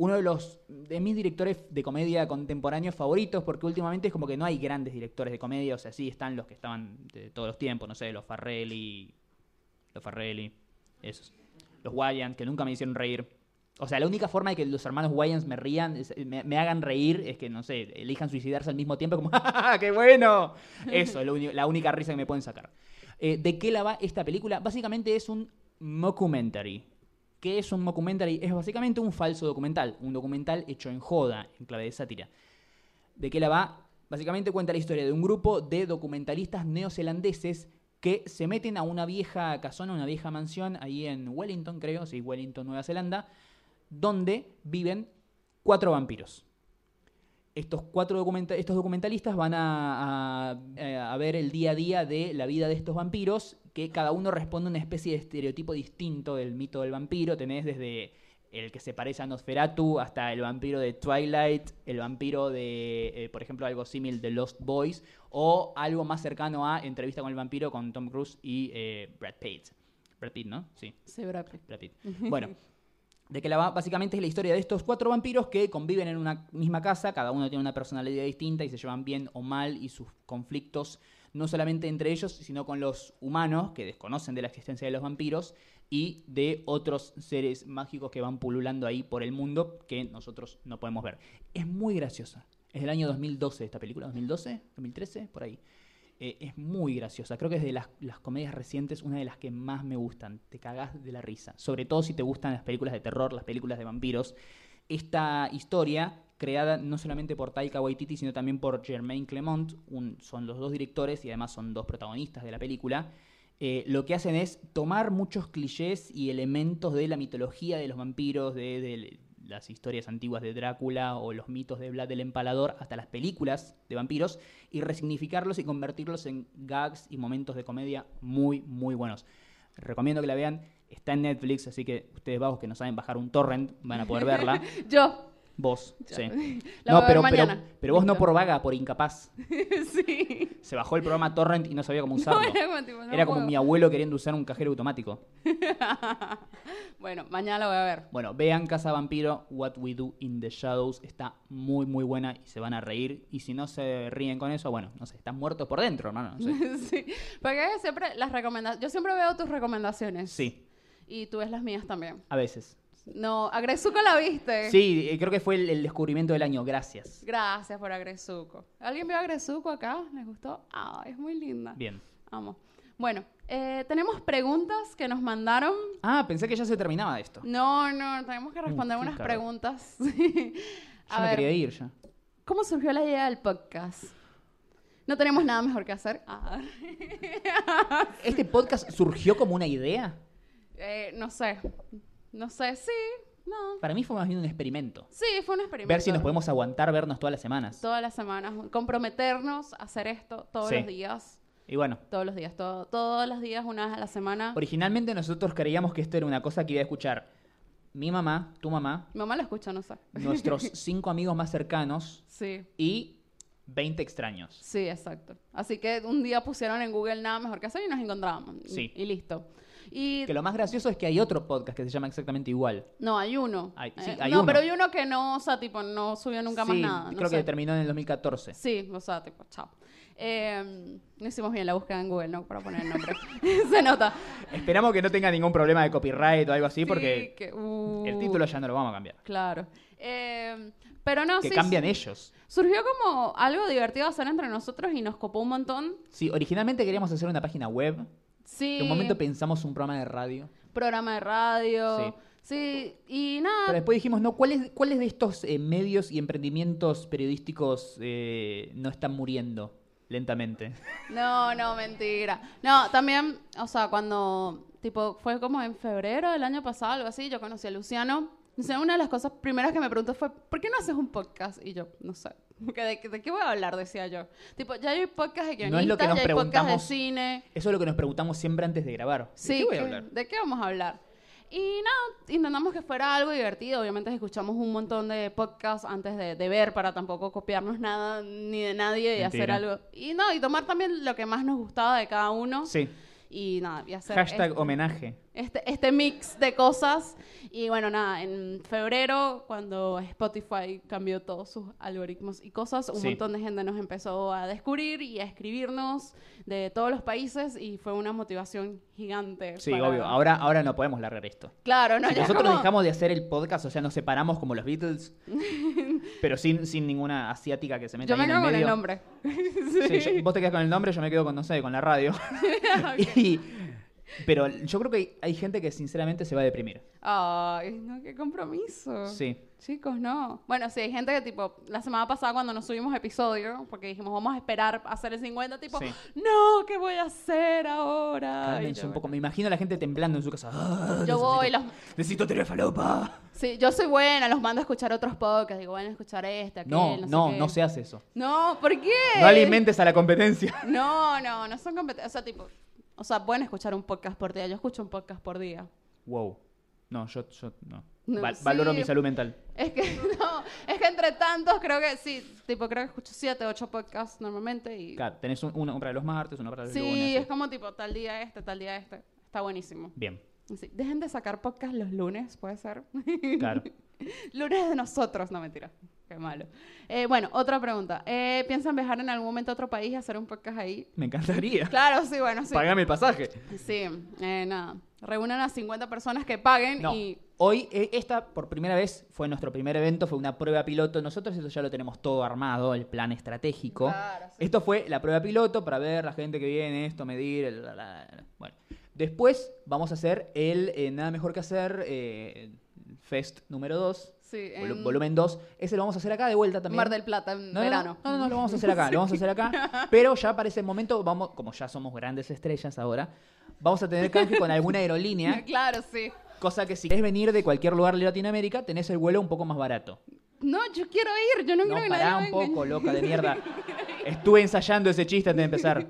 S2: Uno de los de mis directores de comedia contemporáneos favoritos, porque últimamente es como que no hay grandes directores de comedia, o sea, sí están los que estaban de todos los tiempos, no sé, los Farrelly, los Farrelly, esos. Los Wayans, que nunca me hicieron reír. O sea, la única forma de que los hermanos Wayans me rían, es- eh, me, me hagan reír, es que, no sé, elijan suicidarse al mismo tiempo, como, ¡Ja, ja, ja, qué bueno! Eso es lo uni- la única risa que me pueden sacar. Eh, ¿De qué la va esta película? Básicamente es un mockumentary. ¿Qué es un mockumentary? Es básicamente un falso documental, un documental hecho en joda, en clave de sátira. ¿De qué la va? Básicamente cuenta la historia de un grupo de documentalistas neozelandeses que se meten a una vieja casona, una vieja mansión ahí en Wellington, creo, sí, Wellington, Nueva Zelanda, donde viven cuatro vampiros. Estos cuatro documenta- estos documentalistas van a, a- eh, a ver el día a día de la vida de estos vampiros, que cada uno responde a una especie de estereotipo distinto del mito del vampiro. Tenés desde el que se parece a Nosferatu hasta el vampiro de Twilight, el vampiro de, eh, por ejemplo, algo similar de Lost Boys, o algo más cercano a Entrevista con el vampiro con Tom Cruise y eh, Brad Pitt. Brad Pitt, ¿no? Sí.
S1: Sí, brape.
S2: Brad Pitt. Bueno, de que la va- básicamente es la historia de estos cuatro vampiros que conviven en una misma casa, cada uno tiene una personalidad distinta y se llevan bien o mal y sus conflictos no solamente entre ellos, sino con los humanos que desconocen de la existencia de los vampiros y de otros seres mágicos que van pululando ahí por el mundo que nosotros no podemos ver. Es muy graciosa. Es del año 2012 esta película, 2012, 2013, por ahí. Eh, es muy graciosa. Creo que es de las, las comedias recientes una de las que más me gustan. Te cagás de la risa. Sobre todo si te gustan las películas de terror, las películas de vampiros. Esta historia, creada no solamente por Taika Waititi, sino también por Germain Clement, un- son los dos directores y además son dos protagonistas de la película, eh, lo que hacen es tomar muchos clichés y elementos de la mitología de los vampiros, de, de las historias antiguas de Drácula o los mitos de Vlad el Empalador, hasta las películas de vampiros, y resignificarlos y convertirlos en gags y momentos de comedia muy, muy buenos. Recomiendo que la vean. Está en Netflix, así que ustedes vagos que no saben bajar un torrent van a poder verla.
S1: Yo.
S2: Vos,
S1: Ya.
S2: sí.
S1: La voy a ver
S2: pero, pero,
S1: mañana.
S2: pero vos no
S1: Listo.
S2: por vaga, por incapaz.
S1: sí.
S2: Se bajó el programa Torrent y no sabía cómo usarlo.
S1: No, era como, tipo, no
S2: Era como
S1: puedo.
S2: mi abuelo queriendo usar un cajero automático.
S1: Bueno, mañana la voy a ver.
S2: Bueno, vean Casa Vampiro, What We Do in the Shadows. Está muy, muy buena y se van a reír. Y si no se ríen con eso, bueno, no sé, están muertos por dentro, hermano. no sé.
S1: Sí. Porque siempre las recomendaciones. Yo siempre veo tus recomendaciones.
S2: Sí,
S1: Y tú ves las mías también.
S2: a veces.
S1: No, Agresuco la viste.
S2: Sí, eh, creo que fue el, el descubrimiento del año. Gracias.
S1: Gracias por Agresuco. ¿Alguien vio Agresuco acá? ¿Les gustó? Ah, es muy linda.
S2: Bien.
S1: Amo. Bueno, eh, tenemos preguntas que nos mandaron.
S2: Ah, pensé que ya se terminaba esto. Yo
S1: No, no, tenemos que responder
S2: Mm, qué
S1: unas
S2: caro.
S1: preguntas. A
S2: me
S1: ver,
S2: quería ir ya.
S1: ¿cómo surgió la idea del podcast? No tenemos nada mejor que hacer. Ah.
S2: ¿Este podcast surgió como una idea?
S1: Eh, no sé. No sé, sí. No.
S2: Para mí fue más bien un experimento.
S1: Sí, fue un experimento.
S2: Ver si nos podemos aguantar vernos todas las semanas.
S1: Todas las semanas. Comprometernos a hacer esto todos
S2: Sí.
S1: los días.
S2: Y bueno,
S1: Todos los días. todo- todos los días, una vez a la semana.
S2: originalmente nosotros creíamos que esto era una cosa que iba a escuchar mi mamá, tu mamá,
S1: Mi mamá lo escucha, no sé.
S2: nuestros cinco amigos más cercanos
S1: Sí.
S2: y 20 extraños.
S1: Sí, exacto. Así que un día pusieron en Google nada mejor que hacer y nos encontrábamos. Y-
S2: Sí.
S1: Y, listo. Y
S2: Que lo más gracioso es que hay otro podcast que se llama exactamente igual.
S1: no, hay uno.
S2: Hay- sí,
S1: Eh,
S2: hay
S1: no,
S2: uno.
S1: pero hay uno que no, o sea, tipo, no subió nunca más
S2: Sí,
S1: nada. no
S2: Creo
S1: sé.
S2: que terminó en el 2014.
S1: Sí, o sea, tipo, chao. Eh, no hicimos bien la búsqueda en Google, ¿no? Para poner el nombre. Se nota.
S2: Esperamos que no tenga ningún problema de copyright o algo así, porque
S1: Sí, que- uh,
S2: el título ya no lo vamos a cambiar.
S1: Claro. Eh, pero no,
S2: que
S1: sí,
S2: cambian ellos.
S1: Surgió como algo divertido hacer entre nosotros y nos copó un montón.
S2: Sí, originalmente queríamos hacer una página web.
S1: Sí.
S2: En un momento pensamos un programa de radio.
S1: programa de radio. Sí. y
S2: Pero
S1: nada.
S2: después dijimos, no, ¿cuáles cuáles de estos eh, medios y emprendimientos periodísticos eh, no están muriendo lentamente?
S1: No, no, mentira. No, también, o sea, cuando, tipo, fue como en febrero del año pasado, algo así, yo conocí a Luciano. Luciano, una de las cosas primeras que me preguntó fue, ¿por qué no haces un podcast? Y yo, no sé. ¿De, de, de qué voy a hablar? Decía yo. Tipo, ya hay podcast de guionistas,
S2: No es lo que nos
S1: ya hay podcast de
S2: preguntamos.
S1: cine.
S2: Eso es lo que nos preguntamos siempre antes de grabar. ¿De
S1: Sí,
S2: qué voy a
S1: ¿qué-
S2: hablar?
S1: ¿de qué vamos a hablar? Y nada, intentamos que fuera algo divertido. Obviamente escuchamos un montón de podcasts antes de, de ver para tampoco copiarnos nada ni de nadie y hacer
S2: Mentira.
S1: algo. Y no, y tomar también lo que más nos gustaba de cada uno.
S2: Sí.
S1: Y nada, y hacer
S2: Hashtag
S1: este-
S2: homenaje.
S1: este, este mix de cosas. Y bueno, nada, en febrero, cuando Spotify cambió todos sus algoritmos y cosas, un
S2: Sí.
S1: montón de gente nos empezó a descubrir y a escribirnos de todos los países y fue una motivación gigante.
S2: Sí,
S1: para-
S2: obvio. Ahora, ahora no podemos largar esto.
S1: Claro, no,
S2: Si
S1: ya
S2: nosotros
S1: como-
S2: dejamos de hacer el podcast, o sea, nos separamos como los Beatles, pero sin, sin ninguna asiática que se meta
S1: Yo me
S2: ahí en
S1: quedo con
S2: medio.
S1: el nombre.
S2: Sí, yo- vos te quedas con el nombre, yo me quedo con, no sé, con la radio. Y- pero yo creo que hay, hay gente que sinceramente se va a deprimir.
S1: Ay, no, qué compromiso.
S2: Sí.
S1: Chicos, no. Bueno, sí, hay gente que, tipo, la semana pasada cuando nos subimos episodio, porque dijimos, vamos a esperar a hacer el 50, tipo,
S2: Sí.
S1: no, ¿qué voy a hacer ahora? Y
S2: Cálmense
S1: yo,
S2: un poco. Me imagino a la gente temblando en su casa. "Ah,
S1: Yo voy, los-
S2: Necesito tener falopa.
S1: Sí, yo soy buena, los mando a escuchar otros podcasts, digo, van a escuchar este, aquel,
S2: No,
S1: no,
S2: no,
S1: sé Eh. qué.
S2: no se hace eso.
S1: No, ¿por qué?
S2: No alimentes a la competencia.
S1: No, no, no son competencias, o sea, tipo, o sea, pueden escuchar un podcast por día, yo escucho un podcast por día.
S2: Wow. No, yo, yo no.
S1: No,
S2: Val-
S1: sí.
S2: Valoro mi salud mental.
S1: Es que no, es que entre tantos creo que sí, tipo creo que escucho siete, ocho podcasts normalmente y
S2: Claro, tenés un- uno para los martes, uno para los
S1: sí,
S2: lunes.
S1: es como tipo tal día este, tal día este, está buenísimo.
S2: Bien,
S1: Sí, Dejen de sacar podcasts los lunes, puede ser.
S2: claro.
S1: lunes de nosotros, no mentira, qué malo. Eh, bueno, otra pregunta. Eh, ¿Piensan viajar en algún momento a otro país y hacer un podcast ahí?
S2: Me encantaría.
S1: Claro, sí, bueno, sí.
S2: Pagame el pasaje.
S1: Sí, eh, nada. Reúnan a 50 personas que paguen
S2: No.
S1: y
S2: Hoy, eh, esta por primera vez fue nuestro primer evento, fue una prueba piloto. Nosotros eso ya lo tenemos todo armado, el plan estratégico.
S1: Claro, sí.
S2: Esto fue la prueba piloto para ver la gente que viene, esto, medir. el- la- la- la- Bueno, después vamos a hacer el eh, Nada Mejor que Hacer eh, Fest número 2,
S1: sí, en
S2: volumen 2. Ese lo vamos a hacer acá de vuelta también.
S1: Mar del Plata en
S2: No, no,
S1: verano.
S2: No, no, no, lo vamos a hacer acá, lo vamos a hacer acá. Pero ya para ese momento, vamos, como ya somos grandes estrellas ahora, vamos a tener canje con alguna aerolínea.
S1: Claro, sí.
S2: Cosa que si querés venir de cualquier lugar de Latinoamérica, tenés el vuelo un poco más barato.
S1: No, yo quiero ir, yo no,
S2: No,
S1: quiero que
S2: pará
S1: nadie
S2: un
S1: me engañe.
S2: poco, loca de mierda. Estuve ensayando ese chiste antes de empezar.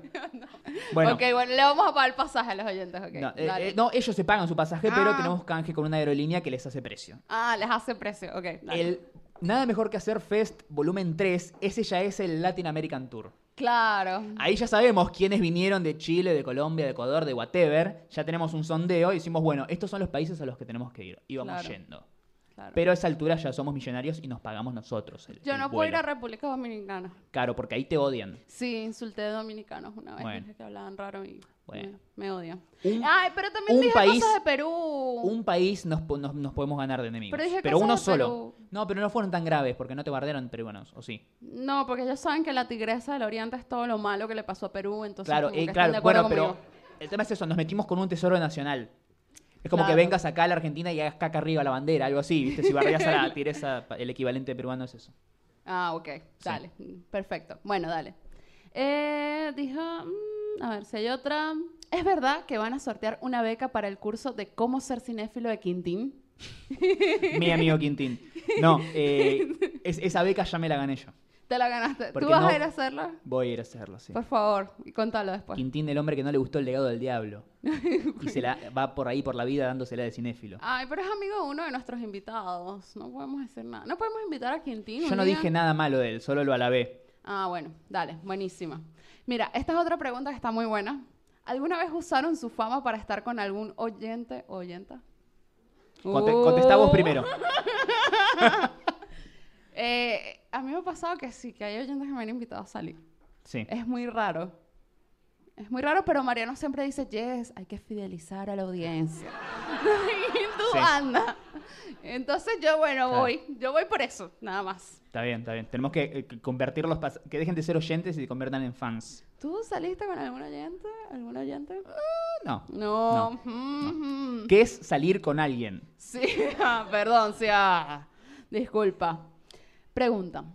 S2: Bueno,
S1: Ok, bueno, le vamos a pagar el pasaje a los oyentes, ok.
S2: no, eh,
S1: dale.
S2: eh, no, ellos se pagan su pasaje,
S1: Ah.
S2: pero tenemos canje con una aerolínea que les hace precio.
S1: Ah, les hace precio, ok. dale.
S2: El Nada Mejor que Hacer Fest Volumen 3, ese ya es el Latin American Tour.
S1: Claro.
S2: Ahí ya sabemos quiénes vinieron de Chile, de Colombia, de Ecuador, de whatever. Ya tenemos un sondeo y decimos, bueno, estos son los países a los que tenemos que ir. Y vamos
S1: Claro.
S2: yendo.
S1: claro.
S2: Pero a esa altura ya somos millonarios y nos pagamos nosotros. el-
S1: yo
S2: el
S1: no puedo
S2: vuelo.
S1: ir a República Dominicana.
S2: Claro, porque ahí te odian.
S1: Sí, insulté a dominicanos una vez,
S2: Bueno.
S1: dije que hablaban raro y
S2: Bueno.
S1: me, me odian.
S2: Un-
S1: Ay, pero también
S2: un
S1: dije
S2: país-
S1: cosas de Perú.
S2: Un país nos, po- nos- nos podemos ganar de enemigos.
S1: Pero dije
S2: Pero
S1: cosas
S2: uno
S1: de
S2: solo.
S1: Perú.
S2: No, pero no fueron tan graves porque no te bardearon peruanos, ¿o sí?
S1: No, porque ellos saben que la tigresa del oriente es todo lo malo que le pasó a Perú, entonces
S2: claro,
S1: como que
S2: eh,
S1: están de
S2: claro.
S1: acuerdo
S2: Bueno, pero
S1: conmigo.
S2: el tema es eso, nos metimos con un tesoro nacional. Es como
S1: Claro.
S2: que vengas acá a la Argentina y hagas caca arriba a la bandera, algo así, ¿viste? Si bardeas a la tiresa, el equivalente peruano es eso.
S1: Ah, ok. Dale. Mm, Perfecto. Bueno, dale. Eh, dijo, mm, a ver si hay otra. ¿Es verdad que van a sortear una beca para el curso de cómo ser cinéfilo de Quintín?
S2: Mi amigo Quintín. No, eh, es- esa beca ya me la gané yo.
S1: Te la ganaste.
S2: Porque
S1: ¿Tú vas
S2: no-
S1: a ir a hacerla?
S2: Voy a ir a hacerlo, sí.
S1: Por favor, y contalo después.
S2: Quintín, el hombre que no le gustó el legado del diablo. Y se la va por ahí por la vida dándosela de cinéfilo.
S1: Ay, pero es amigo de uno de nuestros invitados. No podemos decir nada. No podemos invitar a Quintín.
S2: Yo
S1: un
S2: no
S1: día?
S2: dije nada malo de él, solo lo alabé.
S1: Ah, bueno, dale, buenísima. Mira, esta es otra pregunta que está muy buena. ¿Alguna vez usaron su fama para estar con algún oyente o oyenta?
S2: Conte- contestá vos
S1: Uh.
S2: primero.
S1: Eh, a mí me ha pasado que sí, que hay oyentes que me han invitado a salir.
S2: Sí.
S1: Es muy raro. Es muy raro, pero Mariano siempre dice, yes, hay que fidelizar a la audiencia. y tú
S2: Sí.
S1: anda. Entonces yo, bueno,
S2: Claro.
S1: voy. Yo voy por eso, nada más.
S2: Está bien, está bien. Tenemos que eh, que convertirlos, pas- que dejen de ser oyentes y se conviertan en fans.
S1: ¿Tú saliste con algún oyente? ¿Algún oyente?
S2: No.
S1: No.
S2: No,
S1: mhm.
S2: ¿Qué es salir con alguien?
S1: Sí, ah, perdón, sí, ah, disculpa. Pregunta.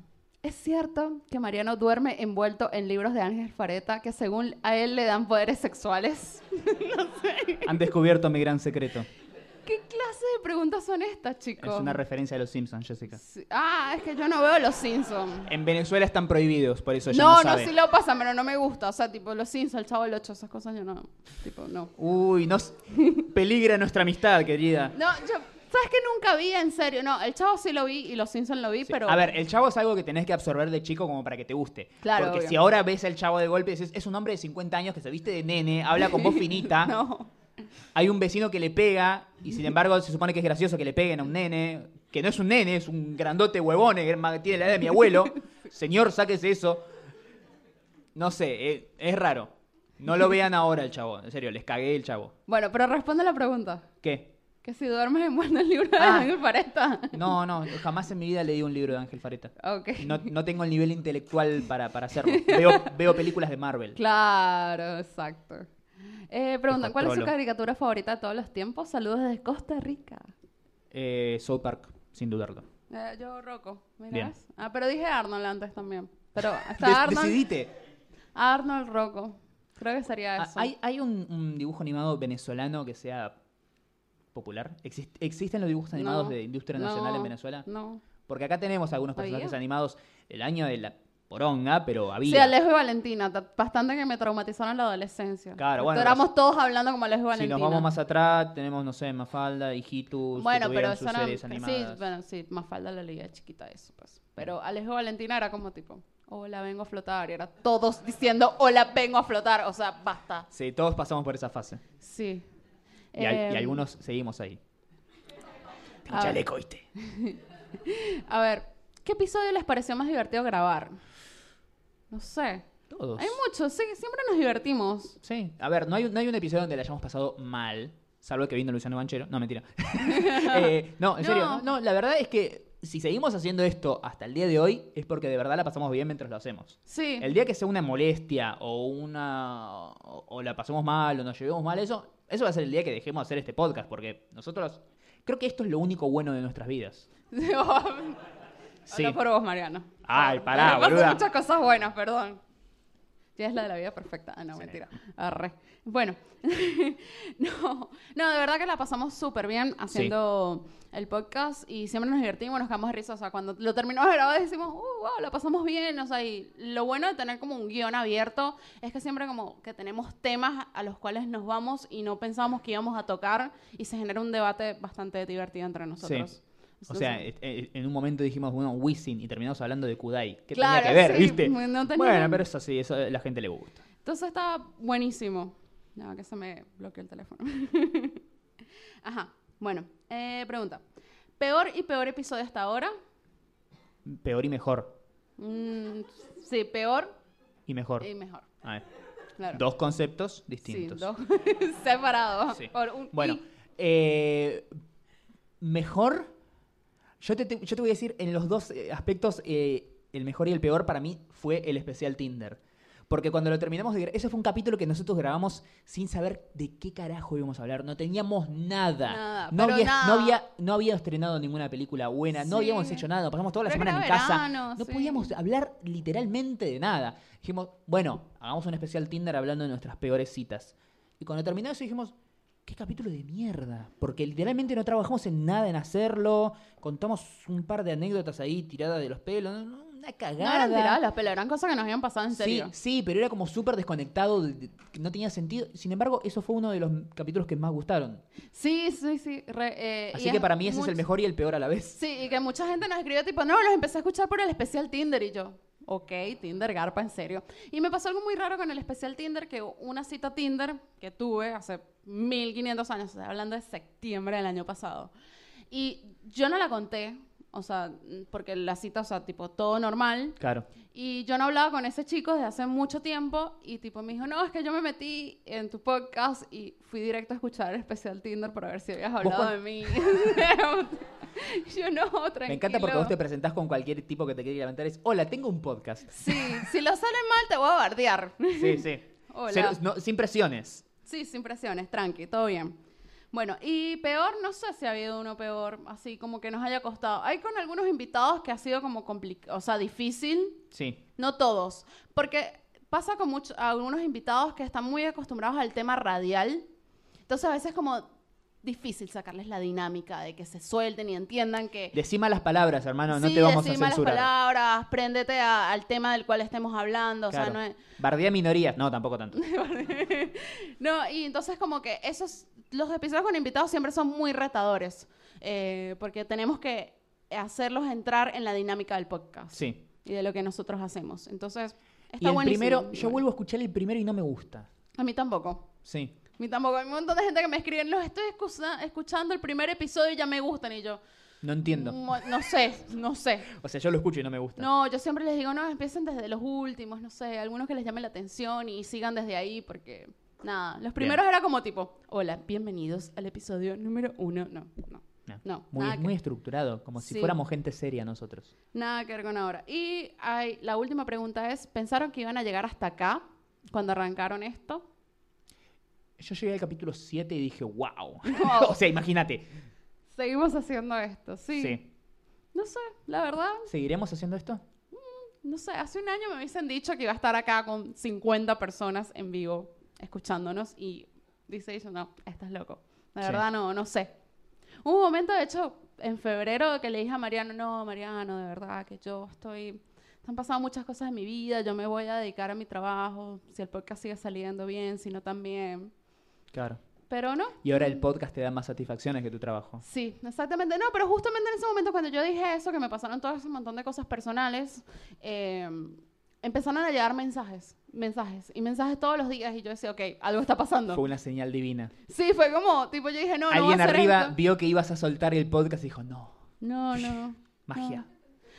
S1: ¿Es cierto que Mariano duerme envuelto en libros de Ángel Fareta que según a él le dan poderes sexuales?
S2: Han descubierto mi gran secreto.
S1: ¿Qué clase de preguntas son estas,
S2: Es
S1: chicos?
S2: una referencia a los Simpsons, Jessica.
S1: Sí, Ah, es que yo no veo los Simpsons.
S2: En Venezuela están prohibidos, por eso ya no,
S1: No, no,
S2: sabe.
S1: sí lo pasan, pero no me gusta. O sea, tipo, los Simpsons, el chavo del 8, esas cosas yo no. Tipo, no.
S2: Uy, nos peligra nuestra amistad, querida.
S1: No, yo. ¿Sabes que nunca vi, en serio? No, el chavo sí lo vi y los Simpsons lo vi,
S2: Sí.
S1: pero.
S2: A ver, el chavo es algo que tenés que absorber de chico como para que te guste.
S1: Claro,
S2: Porque
S1: obvio.
S2: si ahora ves al chavo de golpe, dices, es un hombre de 50 años que se viste de nene, habla con voz finita,
S1: No.
S2: hay un vecino que le pega, y sin embargo se supone que es gracioso que le peguen a un nene, que no es un nene, es un grandote huevón, es más- tiene la edad de mi abuelo. Señor, sáquese eso. No sé, es, es raro. No lo vean ahora el chavo, en serio, les cagué el chavo.
S1: Bueno, pero responde la pregunta.
S2: ¿Qué?
S1: Que si duermes envuelto en libro de
S2: Ah.
S1: Ángel Fareta.
S2: No, no, jamás en mi vida leí un libro de Ángel Fareta.
S1: Ok.
S2: No, no tengo el nivel intelectual para, para hacerlo. Veo, veo películas de Marvel.
S1: Claro, exacto. Eh, preguntan, ¿cuál es su
S2: controlo.
S1: caricatura favorita de todos los tiempos? Saludos desde Costa Rica.
S2: Eh, South Park, sin dudarlo.
S1: Eh, yo, Rocco, ¿mirás?
S2: Bien.
S1: Ah, pero dije Arnold antes también. Pero está
S2: Des-
S1: Arnold,
S2: decidite.
S1: Arnold Rocco. Creo que sería
S2: Ah,
S1: eso.
S2: ¿Hay, hay un, un dibujo animado venezolano que sea popular? ¿Exist- ¿Existen los dibujos animados
S1: No,
S2: de industria nacional
S1: no,
S2: en Venezuela?
S1: No.
S2: Porque acá tenemos algunos
S1: ¿Había?
S2: personajes animados del año de la poronga, pero había.
S1: Sí, Alejo y Valentina. ta- Bastante que me traumatizaron la adolescencia.
S2: Claro,
S1: Porque
S2: bueno,
S1: Éramos todos hablando como Alejo y
S2: si
S1: Valentina.
S2: nos vamos más atrás, tenemos, no sé, Mafalda, Hijitus, que
S1: Bueno,
S2: tuvieron
S1: pero
S2: sus
S1: eso era.
S2: series
S1: Sí,
S2: animadas.
S1: bueno, sí, más falda la leía chiquita, eso, pues. Pero Alejo Valentina era como tipo, hola, vengo a flotar. Y era todos diciendo, hola, vengo a flotar. O sea, basta.
S2: Sí, todos pasamos por esa fase.
S1: Sí.
S2: Y, al- y
S1: Eh,
S2: algunos seguimos ahí.
S1: a ver.
S2: Chaleco, ¿viste?
S1: A ver, ¿qué episodio les pareció más divertido grabar? No sé.
S2: Todos.
S1: Hay muchos, sí, siempre nos divertimos.
S2: Sí, a ver, no hay, no hay un episodio donde la hayamos pasado mal, salvo el que vino Luciano Banchero. No, mentira. Eh, no, en
S1: No.
S2: serio, no, no, la verdad es que si seguimos haciendo esto hasta el día de hoy es porque de verdad la pasamos bien mientras lo hacemos.
S1: Sí.
S2: El día que sea una molestia o una o, o la pasemos mal o nos llevemos mal, eso eso va a ser el día que dejemos de hacer este podcast porque nosotros creo que esto es lo único bueno de nuestras vidas. Sí.
S1: Habla por vos, Mariano.
S2: Ay,
S1: Por-
S2: pará,
S1: me pasan
S2: boluda.
S1: muchas cosas buenas, perdón. Ya es la de la vida perfecta. Ah, no, mentira. Arre. Bueno. no, no, de verdad que la pasamos súper bien haciendo el podcast y siempre nos divertimos, nos cagamos de risa. O sea, cuando lo terminamos de grabar decimos, uh, wow, la pasamos bien. O sea, y lo bueno de tener como un guión abierto es que siempre como que tenemos temas a los cuales nos vamos y no pensábamos que íbamos a tocar y se genera un debate bastante divertido entre nosotros.
S2: O sea,
S1: Entonces-
S2: eh, eh, en un momento dijimos, bueno, Wisin y terminamos hablando de Kudai. ¿Qué
S1: Claro,
S2: tenía que ver,
S1: sí,
S2: viste?
S1: no tenía-
S2: Bueno, pero eso sí, eso a la gente le gusta.
S1: Entonces está buenísimo. No, que se me bloqueó el teléfono. Ajá. Bueno, eh, pregunta. ¿Peor y peor episodio hasta ahora?
S2: Peor y mejor.
S1: Mm, sí, peor
S2: Y mejor.
S1: y mejor.
S2: A ver,
S1: Claro.
S2: Dos conceptos
S1: Eh, Sí,
S2: distintos.
S1: dos. Separados.
S2: Sí.
S1: Por un
S2: Bueno,
S1: i.
S2: eh, mejor. Yo te, te- yo te voy a decir, en los dos eh, aspectos, eh, el mejor y el peor para mí fue el especial Tinder. Porque cuando lo terminamos de gra- ese fue un capítulo que nosotros grabamos sin saber de qué carajo íbamos a hablar. No teníamos nada.
S1: Nada,
S2: no,
S1: pero
S2: había,
S1: nada.
S2: no, había, no había estrenado ninguna película buena, no
S1: Sí.
S2: habíamos hecho nada. Pasamos toda la
S1: Creo que
S2: semana en
S1: era verano,
S2: casa. No
S1: sí.
S2: podíamos hablar literalmente de nada. Dijimos, bueno, hagamos un especial Tinder hablando de nuestras peores citas. Y cuando terminó eso dijimos, qué capítulo de mierda. Porque literalmente no trabajamos en nada en hacerlo. Contamos un par de anécdotas ahí tiradas de los pelos. no, no, Una
S1: No
S2: cagada.
S1: eran tiradas las pelas, eran cosas que nos habían pasado en
S2: Sí,
S1: serio.
S2: sí, pero era como súper desconectado, de- de- que no tenía sentido. Sin embargo, eso fue uno de los capítulos que más gustaron.
S1: Sí, sí, sí. re- eh, y
S2: Así que para mí ese es el
S1: mucho-
S2: mejor y el peor a la vez.
S1: Sí, y que mucha gente nos escribió tipo, no, los empecé a escuchar por el especial Tinder y yo, ok, Tinder, garpa, en serio. Y me pasó algo muy raro con el especial Tinder, que una cita Tinder que tuve hace 1500 años, o sea, hablando de septiembre del año pasado, y yo no la conté, O sea, mm, porque la cita, o sea, tipo, todo normal.
S2: Claro.
S1: Y yo no hablaba con ese chico desde hace mucho tiempo y tipo me dijo, no, es que yo me metí en tu podcast y fui directo a escuchar el especial Tinder para ver si habías hablado
S2: cuan-
S1: de mí. yo no, tranquilo.
S2: Me encanta porque vos te presentás con cualquier tipo que te quiera levantar. Es, hola, tengo un podcast.
S1: Sí, si lo sale mal te voy a bardear.
S2: Sí, sí.
S1: Hola.
S2: Cero- no, sin presiones.
S1: Sí, sin presiones, tranqui, todo bien. Bueno, y peor, no sé si ha habido uno peor, así como que nos haya costado. Hay con algunos invitados que ha sido como complicado, o sea, difícil.
S2: Sí.
S1: No todos, porque pasa con muchos algunos invitados que están muy acostumbrados al tema radial. Entonces a veces es como difícil sacarles la dinámica de que se suelten y entiendan que
S2: Decí malas palabras, hermano. No
S1: sí,
S2: te vamos a
S1: decí malas
S2: censurar.
S1: palabras, préndete a- al tema del cual estemos hablando,
S2: Claro.
S1: o sea, no es-
S2: Bardea minorías. No, tampoco tanto.
S1: No, y entonces como que esos, los episodios con invitados siempre son muy retadores, eh, porque tenemos que hacerlos entrar en la dinámica del podcast
S2: Sí.
S1: y de lo que nosotros hacemos. Entonces,
S2: Y
S1: está
S2: el
S1: buenísimo.
S2: primero, yo
S1: Bueno.
S2: vuelvo a escuchar el primero y no me gusta.
S1: A mí tampoco.
S2: Sí.
S1: A mí tampoco. Hay un montón de gente que me escriben, los estoy escusa- escuchando el primer episodio y ya me gustan. Y yo,
S2: No entiendo.
S1: "Mo- no sé, no sé.
S2: O sea, yo lo escucho y no me gusta.
S1: Mm. No, yo siempre les digo, no, empiecen desde los últimos, no sé, algunos que les llame la atención y sigan desde ahí porque, nada, los primeros era como tipo, hola, bienvenidos al episodio número uno. No, no,
S2: No.
S1: no,
S2: Muy,
S1: nada,
S2: muy
S1: que,
S2: estructurado, como si
S1: Sí.
S2: fuéramos gente seria nosotros.
S1: nada que ver con ahora. Y hay, la última pregunta es, ¿pensaron que iban a llegar hasta acá cuando arrancaron esto?
S2: Yo llegué al capítulo 7 y dije, wow.
S1: Wow.
S2: o sea, imagínate.
S1: Seguimos haciendo esto, sí.
S2: sí.
S1: No sé, la verdad,
S2: ¿Seguiremos haciendo esto?
S1: No sé, hace un año me hubiesen dicho que iba a estar acá con 50 personas en vivo escuchándonos y dice eso, no, estás loco. La
S2: Sí.
S1: verdad no, no sé. Hubo un momento, de hecho, en febrero que le dije a Mariano, no, Mariano, de verdad que yo estoy... Han pasado muchas cosas en mi vida, yo me voy a dedicar a mi trabajo, si el podcast sigue saliendo bien, si no también.
S2: Claro.
S1: Pero no,
S2: Y ahora el podcast te da más satisfacciones que tu trabajo.
S1: Sí, exactamente. No, pero justamente en ese momento cuando yo dije eso, que me pasaron todo ese montón de cosas personales, eh, empezaron a llegar mensajes, mensajes y mensajes todos los días y yo decía, ok, algo está pasando.
S2: Fue una señal divina.
S1: Sí, fue como, tipo, yo dije, no, no voy
S2: Alguien
S1: a hacer
S2: arriba
S1: esto.
S2: vio que ibas a soltar el podcast y dijo, no,
S1: No, no.
S2: magia.
S1: No.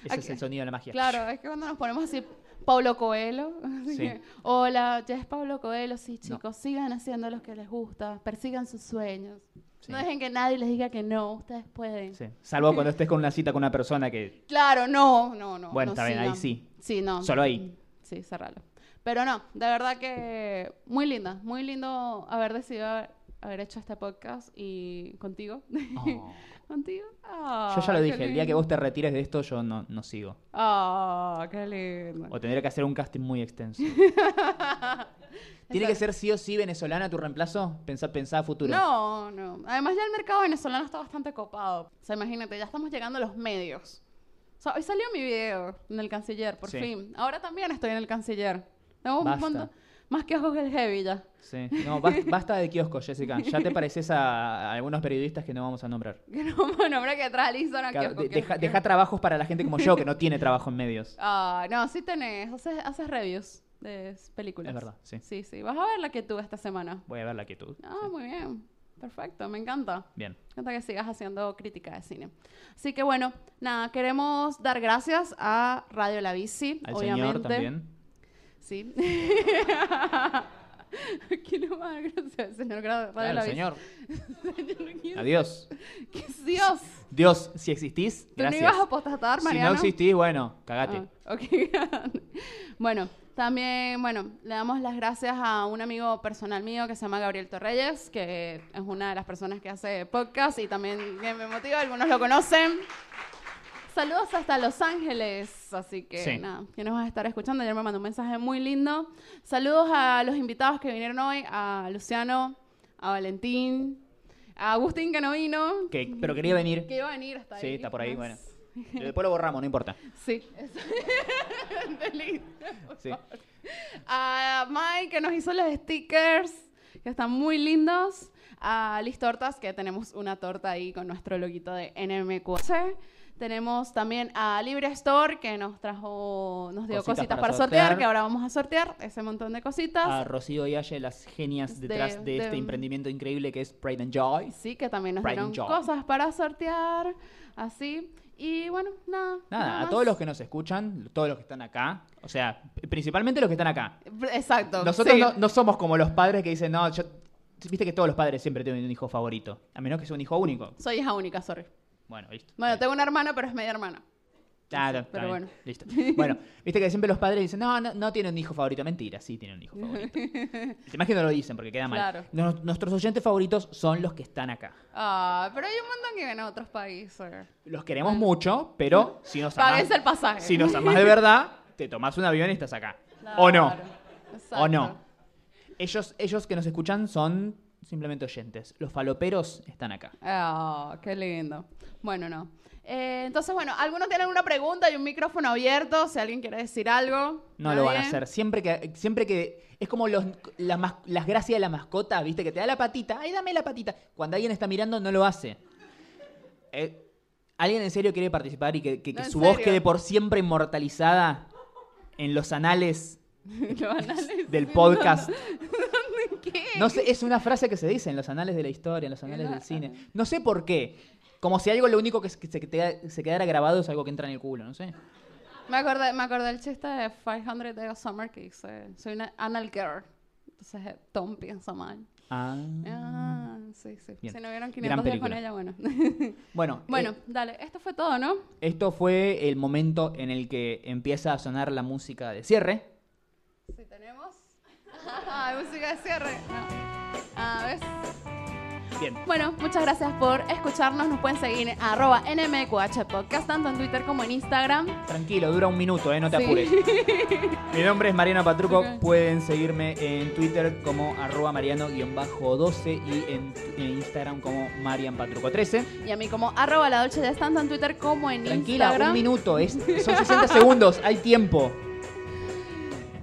S2: Ese es
S1: Aquí-
S2: el sonido de la magia.
S1: Claro, es que cuando nos ponemos así, Pablo Coelho, así
S2: Sí.
S1: que, hola, ya es Pablo Coelho, sí,
S2: No.
S1: chicos, sigan haciendo lo que les gusta, persigan sus sueños.
S2: Sí.
S1: No dejen que nadie les diga que no, ustedes pueden.
S2: Sí. Salvo cuando estés con una cita con una persona que...
S1: Claro, no, no, no.
S2: Bueno,
S1: no
S2: está bien, ahí
S1: sigan.
S2: sí.
S1: Sí, no. mm,
S2: Solo ahí.
S1: Sí, cerralo. Pero no, de verdad que muy linda, muy lindo haber decidido haber, haber hecho este podcast y contigo.
S2: Oh.
S1: contigo.
S2: Yo ya lo dije, el día que vos te retires de esto yo no, no sigo.
S1: Ah, qué lindo.
S2: O tendría que hacer un casting muy extenso. ¿Tiene
S1: Eso-
S2: que ser sí o sí venezolana tu reemplazo? Pensá, pensá a futuro.
S1: No, no. Además ya el mercado venezolano está bastante copado. O sea, imagínate, ya estamos llegando a los medios. O sea, hoy salió mi video en el canciller, por
S2: Sí.
S1: fin. Ahora también estoy en el canciller. Tengo un
S2: Basta.
S1: montón- más que ojos del heavy ya.
S2: Sí. No, bas- basta de kiosco, Jessica. Ya te pareces a, a algunos periodistas que no vamos a nombrar.
S1: Que no me nombra que atrás del Instagram.
S2: Claro,
S1: Ah, kiosco,
S2: de-
S1: kiosco,
S2: deja,
S1: kiosco.
S2: deja trabajos para la gente como yo que no tiene trabajo en medios.
S1: Ah, no, sí tenés. Haces, haces reviews de s- películas.
S2: Es verdad, sí.
S1: Sí, sí. Vas a ver la que tuve esta semana.
S2: Voy a ver la quietud.
S1: Ah, muy bien. Perfecto, me encanta.
S2: Bien.
S1: Me encanta que sigas haciendo crítica de cine. Así que bueno, nada, queremos dar gracias a Radio La Bici,
S2: Al
S1: obviamente.
S2: señor también.
S1: Sí. ¿Quién le va a dar gracias al señor Gra- Radio
S2: Claro,
S1: La
S2: al
S1: Bici?
S2: señor.
S1: Señor, ¿quién-
S2: Adiós.
S1: qué es Dios?
S2: Dios, si existís,
S1: ¿Tú no
S2: gracias.
S1: ibas a apostatar,
S2: si
S1: Mariano?
S2: no existís, bueno, cagate.
S1: Ah, ok. bueno, también, bueno, le damos las gracias a un amigo personal mío que se llama Gabriel Torreyes, que es una de las personas que hace podcast y también que me motiva, algunos lo conocen. Saludos hasta Los Ángeles, así que
S2: Sí.
S1: nada, que nos vas a estar escuchando. Ayer me mandó un mensaje muy lindo. Saludos a los invitados que vinieron hoy, a Luciano, a Valentín, a Agustín que no vino, que,
S2: Que- pero quería venir.
S1: iba a venir hasta
S2: Sí,
S1: ahí.
S2: está por
S1: Más-
S2: ahí, bueno. Después lo borramos, no importa.
S1: Sí, exactamente, listo.
S2: Sí.
S1: A Ah, Mike que nos hizo los stickers, que están muy lindos. A Liz Tortas, que tenemos una torta ahí con nuestro loguito de NMQC. Tenemos también a Libre Store, que nos trajo, nos dio
S2: Cositas
S1: cositas,
S2: para
S1: para, sortear,
S2: sortear. Ah,
S1: que ahora vamos a sortear ese montón de cositas.
S2: A Rocío y Aye, las genias
S1: De-
S2: detrás de,
S1: de-
S2: este emprendimiento increíble que es Pride and Joy.
S1: Sí, que también nos
S2: Pride
S1: dieron
S2: and Joy.
S1: cosas para sortear, así. Y bueno, nada.
S2: Nada, a
S1: más.
S2: todos los que nos escuchan, todos los que están acá, o sea, principalmente los que están acá.
S1: Exacto.
S2: Nosotros
S1: sí.
S2: no, no somos como los padres que dicen, no, yo... Viste que todos los padres siempre tienen un hijo favorito, a menos que sea un hijo único.
S1: Soy hija única, sorry.
S2: Bueno, listo.
S1: Bueno, tengo una hermana, pero es media hermana.
S2: Claro,
S1: pero
S2: pero bueno.
S1: bueno.
S2: Listo. Bueno, viste que siempre los padres dicen, no, no, no tienen un hijo favorito. Mentira, sí tienen un hijo favorito. El tema es que no lo dicen porque queda mal.
S1: Claro.
S2: Nos- nuestros oyentes favoritos son los que están acá.
S1: Ah, pero hay un montón que vienen a otros países.
S2: Los queremos
S1: Mm.
S2: mucho, pero si nos amás,
S1: Pagues el pasaje.
S2: si nos amás de verdad, te tomás un avión y estás acá. O no.
S1: Claro,
S2: O no.
S1: exacto.
S2: Ellos, ellos que nos escuchan son simplemente oyentes. Los faloperos están acá.
S1: Ah, qué lindo. Bueno, no. Eh, entonces, bueno, algunos tienen una pregunta y un micrófono abierto. Si alguien quiere decir algo.
S2: No lo van a
S1: Nadie.
S2: hacer. Siempre que, siempre que. Es como los, la mas- las gracias de la mascota, ¿viste? Que te da la patita. ¡Ay, dame la patita! Cuando alguien está mirando, no lo hace. Eh, ¿Alguien en serio quiere participar y que, que- que
S1: No, en
S2: su voz
S1: serio.
S2: quede por siempre inmortalizada en los anales
S1: Lo van a decir.
S2: del podcast?
S1: ¿Qué?
S2: No sé, es una frase que se dice en los anales de la historia, en los anales
S1: En
S2: del
S1: la-
S2: cine. No sé por qué. Como si algo lo único que, se- que se, te- se quedara grabado es algo que entra en el culo, no sé.
S1: Me acordé, me acordé el chiste de 500 Days of Summer que dice, soy una anal girl. Entonces eh, Tom piensa mal.
S2: Ah.
S1: Ah, sí, sí.
S2: Bien.
S1: Si no vieron
S2: Gran
S1: 500 días con
S2: película.
S1: ella, bueno.
S2: Bueno,
S1: bueno,
S2: eh,
S1: dale, esto fue todo, ¿no?
S2: Esto fue el momento en el que empieza a sonar la música de cierre.
S1: Si tenemos. Ah, música de cierre. No. Ah, ¿ves?
S2: Bien.
S1: Bueno, muchas gracias por escucharnos. Nos pueden seguir en arroba NMQH Podcast, tanto en Twitter como en Instagram.
S2: Tranquilo, dura un minuto, eh, no te
S1: Sí.
S2: apures. Mi nombre es Mariano Patruco.
S1: Ok.
S2: Pueden seguirme en Twitter como arroba mariano-12 y en, en Instagram como marianpatruco13.
S1: Y a mí como arroba la Dolce Jazz, tanto en Twitter como en
S2: Tranquila,
S1: Instagram.
S2: un minuto, es, son 60 segundos, hay tiempo.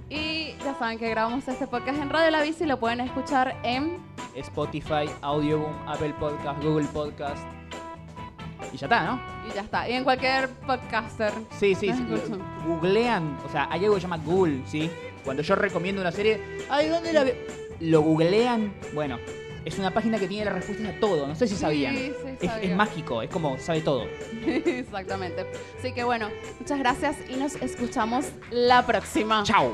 S1: Y ya saben que grabamos este podcast en Radio La Bici, lo pueden escuchar en...
S2: Spotify, Audioboom, Apple Podcast, Google Podcast. Y ya está, ¿no?
S1: Y ya está. Y en cualquier podcaster.
S2: Sí, sí,
S1: Nos
S2: sí,
S1: escuchan.
S2: lo- googlean, o sea, hay algo que se llama Google, ¿sí? Cuando yo recomiendo una serie, ay, ¿dónde la ve? Lo googlean, bueno, es una página que tiene las respuestas a todo, no sé si
S1: Sí,
S2: sabían.
S1: sí,
S2: es,
S1: sabía.
S2: es mágico, es como sabe todo.
S1: Exactamente. Así que bueno, muchas gracias y nos escuchamos la próxima.
S2: Chao.